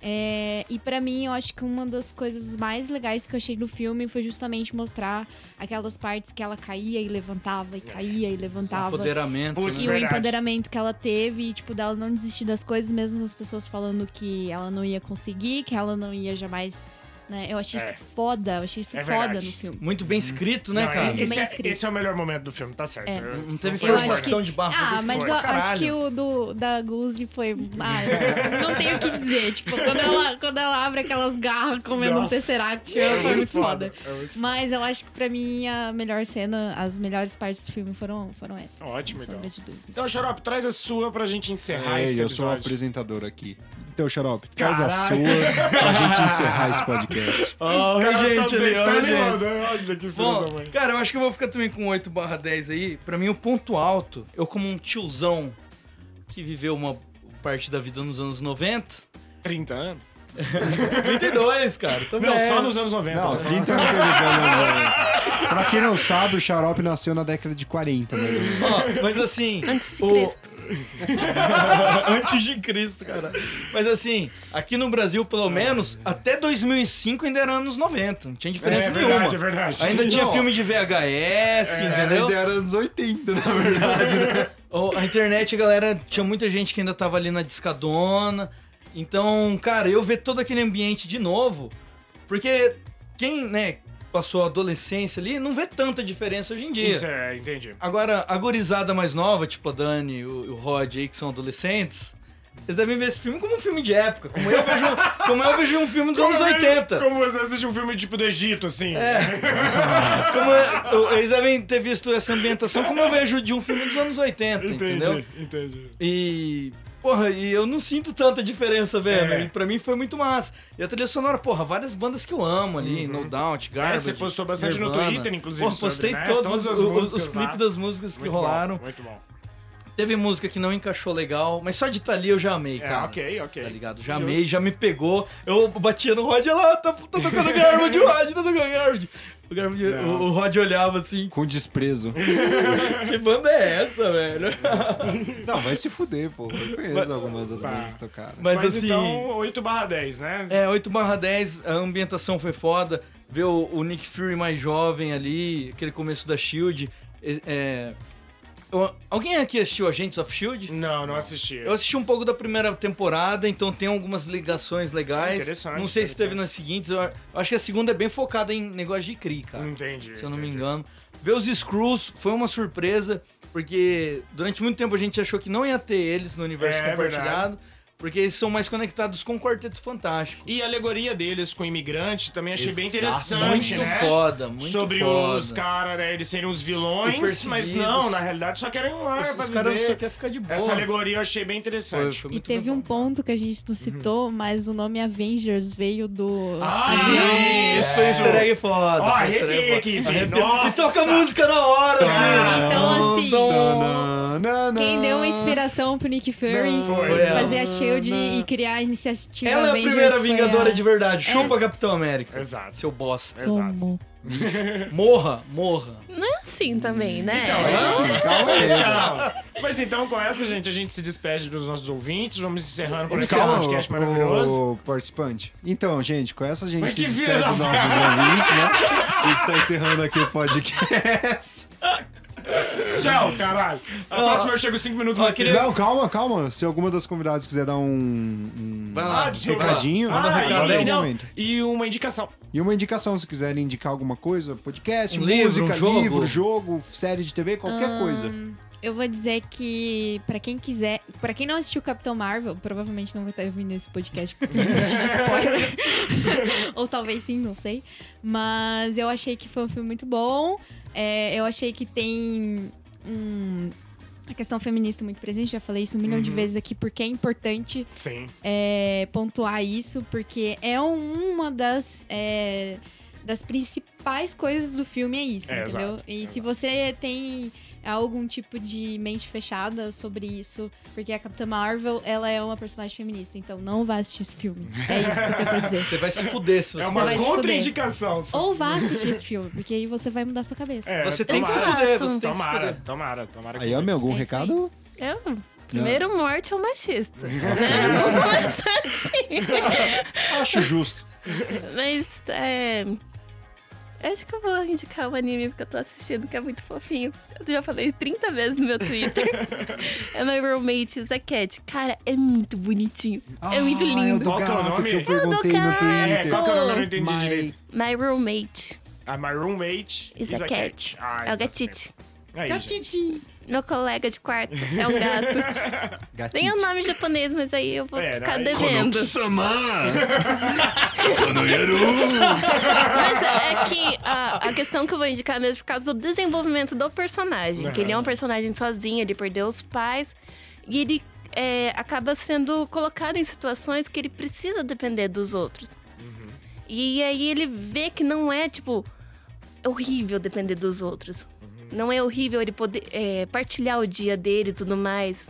S5: É, e pra mim, eu acho que uma das coisas mais legais que eu achei do filme foi justamente mostrar aquelas partes que ela caía e levantava, e caía e levantava.
S2: Empoderamento.
S4: Putz,
S2: né?
S5: E o
S4: é Verdade.
S5: empoderamento que ela teve, e, tipo, dela não desistir das coisas, mesmo as pessoas falando que ela não ia conseguir, que ela não ia jamais. Né? Eu achei
S4: É.
S5: isso foda, eu achei isso
S4: É
S5: foda
S4: verdade.
S5: no filme.
S2: Muito bem escrito, né,
S4: Não,
S2: cara?
S5: Muito
S4: Esse,
S5: bem
S4: é-
S5: escrito.
S4: esse é o melhor momento do filme, tá certo. Eu-
S2: Não teve
S4: foi forte.
S2: forçação de barra. foi
S5: Ah,
S2: isso
S5: mas
S2: pra
S5: eu acho
S2: caralho.
S5: que o do, da Guzi foi. Ah, não tenho o que dizer. Tipo, quando ela, quando ela abre aquelas garras comendo um
S4: Nossa,
S5: Tesseract,
S4: é
S5: foi muito foda.
S4: É muito
S5: Mas eu acho que pra mim a melhor cena, as melhores partes do filme foram, foram essas.
S4: Ótimo,
S5: sem
S4: então.
S5: sombra de dúvidas.
S4: Então, Xarope, traz a sua pra gente encerrar
S3: É,
S4: esse
S3: eu sou o
S4: episódio.
S3: apresentador aqui. Então, Xarope, traz a
S4: Caralho.
S3: sua pra gente encerrar esse podcast.
S2: Ó,
S4: Esse
S2: olha
S4: cara
S2: a gente
S4: tá
S2: ali, olha a
S4: deitando e
S2: gente.
S4: rolando, olha que filho
S2: Bom,
S4: da mãe.
S2: cara, eu acho que eu vou ficar também com 8 barra 10 aí. Pra mim, o ponto alto, eu como um tiozão que viveu uma parte da vida nos anos 90.
S4: 30 anos?
S2: 32, cara. Tô
S4: Não,
S2: velho.
S4: só nos anos 90.
S3: Não,
S4: né?
S3: 30 anos ele já não vai. Pra quem não sabe, o Xarope nasceu na década de 40, mais ou menos.
S2: Ó, mas assim...
S7: Antes de
S2: o-
S7: Cristo.
S2: Antes de Cristo, cara. Mas assim, aqui no Brasil, pelo
S4: É.
S2: menos, até 2005 ainda era anos 90. Não tinha diferença
S4: É
S2: nenhuma.
S4: verdade, é verdade.
S2: Ainda tinha
S4: Não.
S2: filme de VHS,
S3: É,
S2: entendeu?
S4: é.
S9: Era, era anos 80, na
S3: né?
S9: verdade.
S2: Ó, A internet, galera, tinha muita gente que ainda tava ali na discadona. Então, cara, eu ver todo aquele ambiente de novo, porque quem, né, passou a adolescência ali, não vê tanta diferença hoje em dia.
S4: Isso, é, entendi.
S2: Agora, a gorizada mais nova, tipo a Dani e o, o Rod aí, que são adolescentes, eles devem ver esse filme como um filme de época, como eu vejo, como eu vejo um filme dos anos
S4: Como eu vejo-
S2: 80.
S4: Como você assiste um filme tipo do Egito, assim.
S2: É, Como eu- eu- eles devem ter visto essa ambientação como eu vejo de um filme dos anos 80, entendeu?
S4: Entendi, entendi.
S2: E. Porra, e eu não sinto tanta diferença, velho.
S4: É.
S2: E pra mim foi muito massa. E a trilha sonora, porra, várias bandas que eu amo ali, No Doubt, Garbage,
S4: É, você postou bastante no
S2: Nirvana.
S4: Twitter, inclusive,
S2: Porra,
S4: sobre,
S2: postei
S4: né?
S2: todos
S4: Todas
S2: os,
S4: as
S2: os,
S4: músicas lá.
S2: clipes das músicas que
S4: Muito
S2: rolaram.
S4: Bom, muito bom.
S2: Teve música que não encaixou legal, mas só de estar ali eu já amei,
S4: É,
S2: cara.
S4: ok, ok.
S2: Tá ligado? Já amei, já me pegou. Eu batia no Rod, ela tá, tá tocando Garbage, o Rod, tá tocando Garbage. O, Garbage o,
S4: Não.
S2: o Rod olhava assim,
S3: Com desprezo.
S2: que banda é essa, velho?
S3: Não, vai se fuder, pô. Eu conheço algumas das
S4: Tá.
S3: bandas que tocaram.
S2: Mas,
S4: Mas
S2: assim...
S4: então, 8 barra 10, né?
S2: É, 8 barra 10, a ambientação foi foda. Ver o, o Nick Fury mais jovem ali, aquele começo da SHIELD. é- é, eu- alguém aqui assistiu Agents of SHIELD?
S4: Não, não assisti.
S2: É. Eu assisti um pouco da primeira temporada, então tem algumas ligações legais.
S4: Ah, interessante,
S2: não sei se
S4: interessante.
S2: teve nas seguintes. Eu a- eu acho que a segunda é bem focada em negócio de CRI, cara.
S4: Entendi.
S2: se eu não me
S4: Hum, entendi.
S2: engano. Ver os Screws foi uma surpresa, porque durante muito tempo a gente achou que não ia ter eles no universo
S4: É, é
S2: compartilhado, porque eles são mais conectados com o Quarteto Fantástico.
S4: E a alegoria deles com o imigrante também achei bem
S2: Exato,
S4: interessante,
S2: muito
S4: né?
S2: foda, muito
S4: Sobre
S2: foda.
S4: os caras, né? Eles serem os
S2: E
S4: vilões,
S2: perseguidos.
S4: mas não, na realidade só querem um lar
S2: Os,
S4: pra
S2: os caras
S4: viver.
S2: só querem ficar de boa.
S4: Essa alegoria eu achei bem
S2: Foi-
S4: interessante.
S2: foi
S5: E
S2: muito Uhum.
S5: teve
S2: legal.
S5: um ponto que a gente não citou, mas o nome Avengers veio do.
S2: Ah,
S5: Ah,
S2: Sim, isso foi um easter egg foda. foi
S4: Ó,
S2: um easter egg
S4: arrepiei
S2: foda.
S4: aqui, vi.
S2: Arrepiou.
S4: Nossa.
S2: E toca a música na hora, assim.
S5: Então, assim,
S3: Tananana.
S5: quem deu a inspiração pro Nick Fury
S2: Foi ela.
S5: fazer a Shield e criar a iniciativa
S2: Ela é a
S5: Avengers
S2: primeira
S5: foi
S2: Vingadora
S5: a-
S2: de verdade. Chupa Capitão América.
S4: Exato.
S2: Seu bosta.
S4: Exato.
S5: Como?
S2: Morra, morra.
S7: Não é assim também, né?
S4: é Então,
S2: é
S3: Sim, calma aí.
S4: Calma. é Mas então, com essa, gente, a gente se despede dos nossos ouvintes. Vamos encerrando por esse
S3: Calma,
S4: podcast
S3: pro
S4: maravilhoso.
S3: participante. Então, gente, com essa a gente
S4: Mas
S3: se
S4: que
S3: despede
S4: filha da
S3: dos nossos ouvintes, né? A gente tá encerrando aqui o podcast.
S4: Tchau, caralho. A próxima eu chego cinco minutos mais cedo.
S3: Não, calma, calma. Se alguma das convidadas quiser dar um, um
S2: Vai lá.
S4: Ah, desculpa.
S3: recadinho,
S4: Ah,
S2: recado,
S4: e-
S2: né?
S3: é o
S4: não,
S3: momento.
S4: e uma indicação.
S3: E uma indicação, se quiserem indicar alguma coisa, podcast,
S2: Um
S3: música,
S2: livro, um jogo.
S3: livro, jogo, série de TV, qualquer
S7: Ah,
S3: coisa.
S5: Eu vou dizer que, pra quem quiser, pra quem não assistiu Capitão Marvel, provavelmente não vai estar ouvindo esse podcast porque tem um monte de spoiler. Ou talvez sim, não sei. Mas eu achei que foi um filme muito bom. É, eu achei que tem um, a questão feminista muito presente, já falei isso um milhão de vezes aqui, porque é importante
S4: Sim.
S5: é, pontuar isso, porque é um- uma das, é, das principais coisas do filme, é isso,
S4: É,
S5: entendeu?
S4: exato,
S5: e
S4: exato.
S5: se você tem algum tipo de mente fechada sobre isso, porque a Capitã Marvel, ela é uma personagem feminista, então não vá assistir esse filme. É isso que eu tenho pra dizer.
S2: Você vai se fuder se você...
S4: É
S5: Você
S4: uma
S5: vai se
S4: contraindicação.
S5: Ou vá assistir esse filme, porque aí você vai mudar sua cabeça.
S4: É,
S2: Você tem que se
S4: tomara.
S2: fuder, você tem que se
S4: Tomara,
S2: fuder.
S4: tomara, tomara. que-
S3: Aí, Ami, algum
S5: É isso aí.
S3: recado?
S7: Eu Primeiro morte é um machista. né? Vamos começar assim.
S3: Acho justo.
S7: Mas, é... Acho que eu vou indicar um anime que eu tô assistindo, que é muito fofinho. Eu já falei 30 vezes no meu Twitter. é My Roommate, The Cat. Cara, é muito bonitinho. é muito
S3: É o
S7: lindo.
S3: do
S4: Qual que é o
S3: gato
S4: nome?
S3: que
S4: É
S3: eu
S4: o do
S3: perguntei no
S7: gato.
S4: É,
S3: Twitter.
S4: qual que é o nome? Eu não entendi
S3: My...
S4: direito.
S7: My Roommate
S4: Ah, my roommate
S7: is, a cat.
S4: Ah,
S7: é o
S4: então,
S7: gatite.
S4: Aí, gente.
S7: Meu colega de quarto é um gato. Tem o
S3: Gatite.
S7: nome japonês, mas aí eu vou
S4: É,
S7: ficar
S4: aí-
S7: devendo. Mas é que a, a questão que eu vou indicar mesmo é por causa do desenvolvimento do personagem. Que ele é um personagem sozinho, ele perdeu os pais. E ele é, acaba sendo colocado em situações que ele precisa depender dos outros.
S2: Uhum.
S7: E aí ele vê que não é, tipo, horrível depender dos outros.
S2: Uhum.
S7: Não é horrível ele poder é, partilhar o dia dele e tudo mais.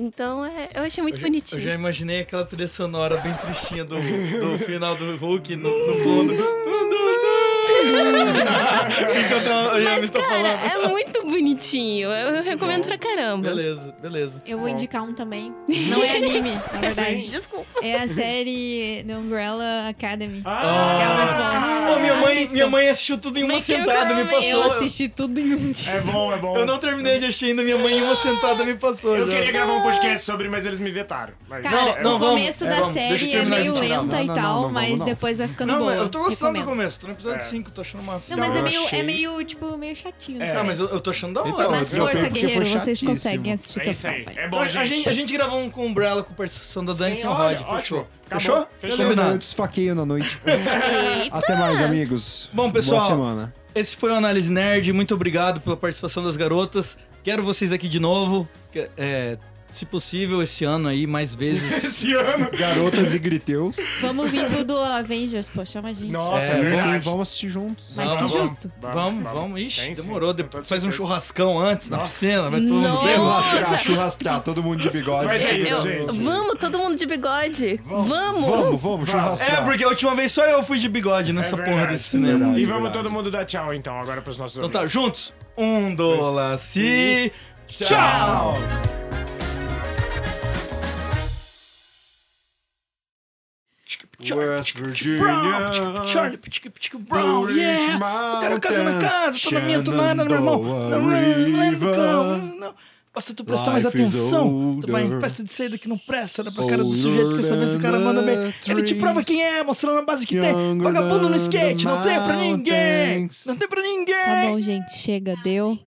S7: Então, é, eu achei muito
S2: Eu já-
S7: bonitinho.
S2: Eu já imaginei aquela trilha sonora bem tristinha do, do final do Hulk no, no fundo. Enquanto eu- eu já me
S7: Mas,
S2: tô
S7: cara,
S2: falando.
S7: é muito bonitinho. Eu, eu recomendo pra caramba.
S2: né? Beleza, beleza.
S5: Eu vou indicar um também. Não é anime, na verdade.
S7: Desculpa.
S5: É a série The Umbrella Academy.
S4: Ah,
S5: Ah,
S2: Ô, minha, mãe,
S5: assistam.
S2: minha mãe assistiu tudo em uma
S7: Mas quem
S2: sentada, me
S7: nunca vai-
S2: passou.
S5: Eu assisti tudo em um dia.
S4: é bom, é bom.
S2: Eu não terminei de assistir ainda, minha mãe em uma sentada me passou.
S4: Eu
S2: já.
S4: queria gravar um podcast sobre, mas eles me vetaram. Mas
S5: Cara,
S4: é
S2: não,
S5: o
S4: bom.
S2: vamos.
S5: começo
S2: É,
S5: da
S2: vamos. Deixa eu
S5: série é
S2: terminar
S5: meio
S2: esse
S3: final.
S5: lenta
S3: Não,
S5: e
S3: não,
S5: tal,
S3: não, não vamos,
S5: mas
S3: não.
S5: depois vai ficando
S2: Não,
S5: boa.
S2: mas eu tô gostando
S5: Recomendo.
S2: do começo. Tô no episódio
S4: É.
S2: 5, tô achando massa.
S5: Não, mas
S3: Eu
S5: é meio,
S3: achei.
S5: é meio, tipo, meio chatinho.
S2: Ah,
S5: no
S2: mas
S5: começo.
S2: eu, eu tô achando da hora.
S3: Então,
S5: Mas
S3: eu tenho
S5: força,
S3: porque foi
S5: guerreiro, vocês
S3: chatíssimo.
S5: conseguem assistir
S4: É isso aí.
S5: total, vai.
S4: É
S2: Então,
S4: bom,
S2: a, gente, a gente gravou um com Umbrella com participação da Dani
S4: Sim,
S2: Senrod,
S4: olha,
S2: fechou?
S4: ótimo. Acabou.
S2: Fechou?
S4: Fechou.
S3: Beleza,
S2: Combinado.
S3: eu desfaqueio na noite.
S7: Eita.
S3: Até mais, amigos.
S2: Bom, pessoal.
S3: Boa semana.
S2: Esse foi o Análise Nerd. Muito obrigado pela participação das garotas. Quero vocês aqui de novo. que- é, se possível, esse ano aí, mais vezes.
S4: Esse ano.
S3: Garotas e griteus.
S5: Vamos vir pro do Avengers, pô, chama a gente.
S4: Nossa,
S2: É,
S4: é,
S3: Vamos,
S4: verdade.
S3: vamos assistir juntos.
S5: Mas que
S2: Vamos,
S5: justo.
S2: vamos, vamos. Ixi,
S4: Tem sim,
S2: demorou.
S4: com toda
S2: Depois faz um
S4: certeza.
S2: churrascão antes na
S4: Nossa.
S2: piscina. Vai todo mundo
S7: Nossa.
S2: junto.
S3: Churrascar, churrascar, todo mundo de bigode.
S4: Mas é isso,
S7: Eu-
S4: gente.
S7: vamos, todo mundo de bigode. Vamos.
S3: Vamos, vamos, churrascar.
S2: É, porque a última vez só eu fui de bigode
S4: É
S2: nessa porra
S4: verdade.
S2: desse cinema.
S4: E
S3: Verdade,
S4: vamos
S3: verdade.
S4: todo mundo dar tchau, então, agora pros nossos
S2: Então tá,
S4: amigos.
S2: juntos. Um, dois, se... Tchau!
S10: West
S2: Brown, Charlie, ptica, ptica, Brown, yeah! O cara casa na casa, toda minha tomada, meu irmão. Não, não, não, não, não. Nossa, tu prestar mais
S3: Life is
S2: atenção. Tu
S3: older.
S2: vai em festa de saída que não presta, olha pra cara do sujeito que dessa vez o cara manda bem. Ele te prova quem é, mostrando a base que tem.
S3: Younger
S2: Vagabundo no
S3: than
S2: skate,
S3: the
S2: não tem pra ninguém.
S3: mountains.
S2: Não tem pra ninguém.
S5: Tá bom, gente, chega, deu.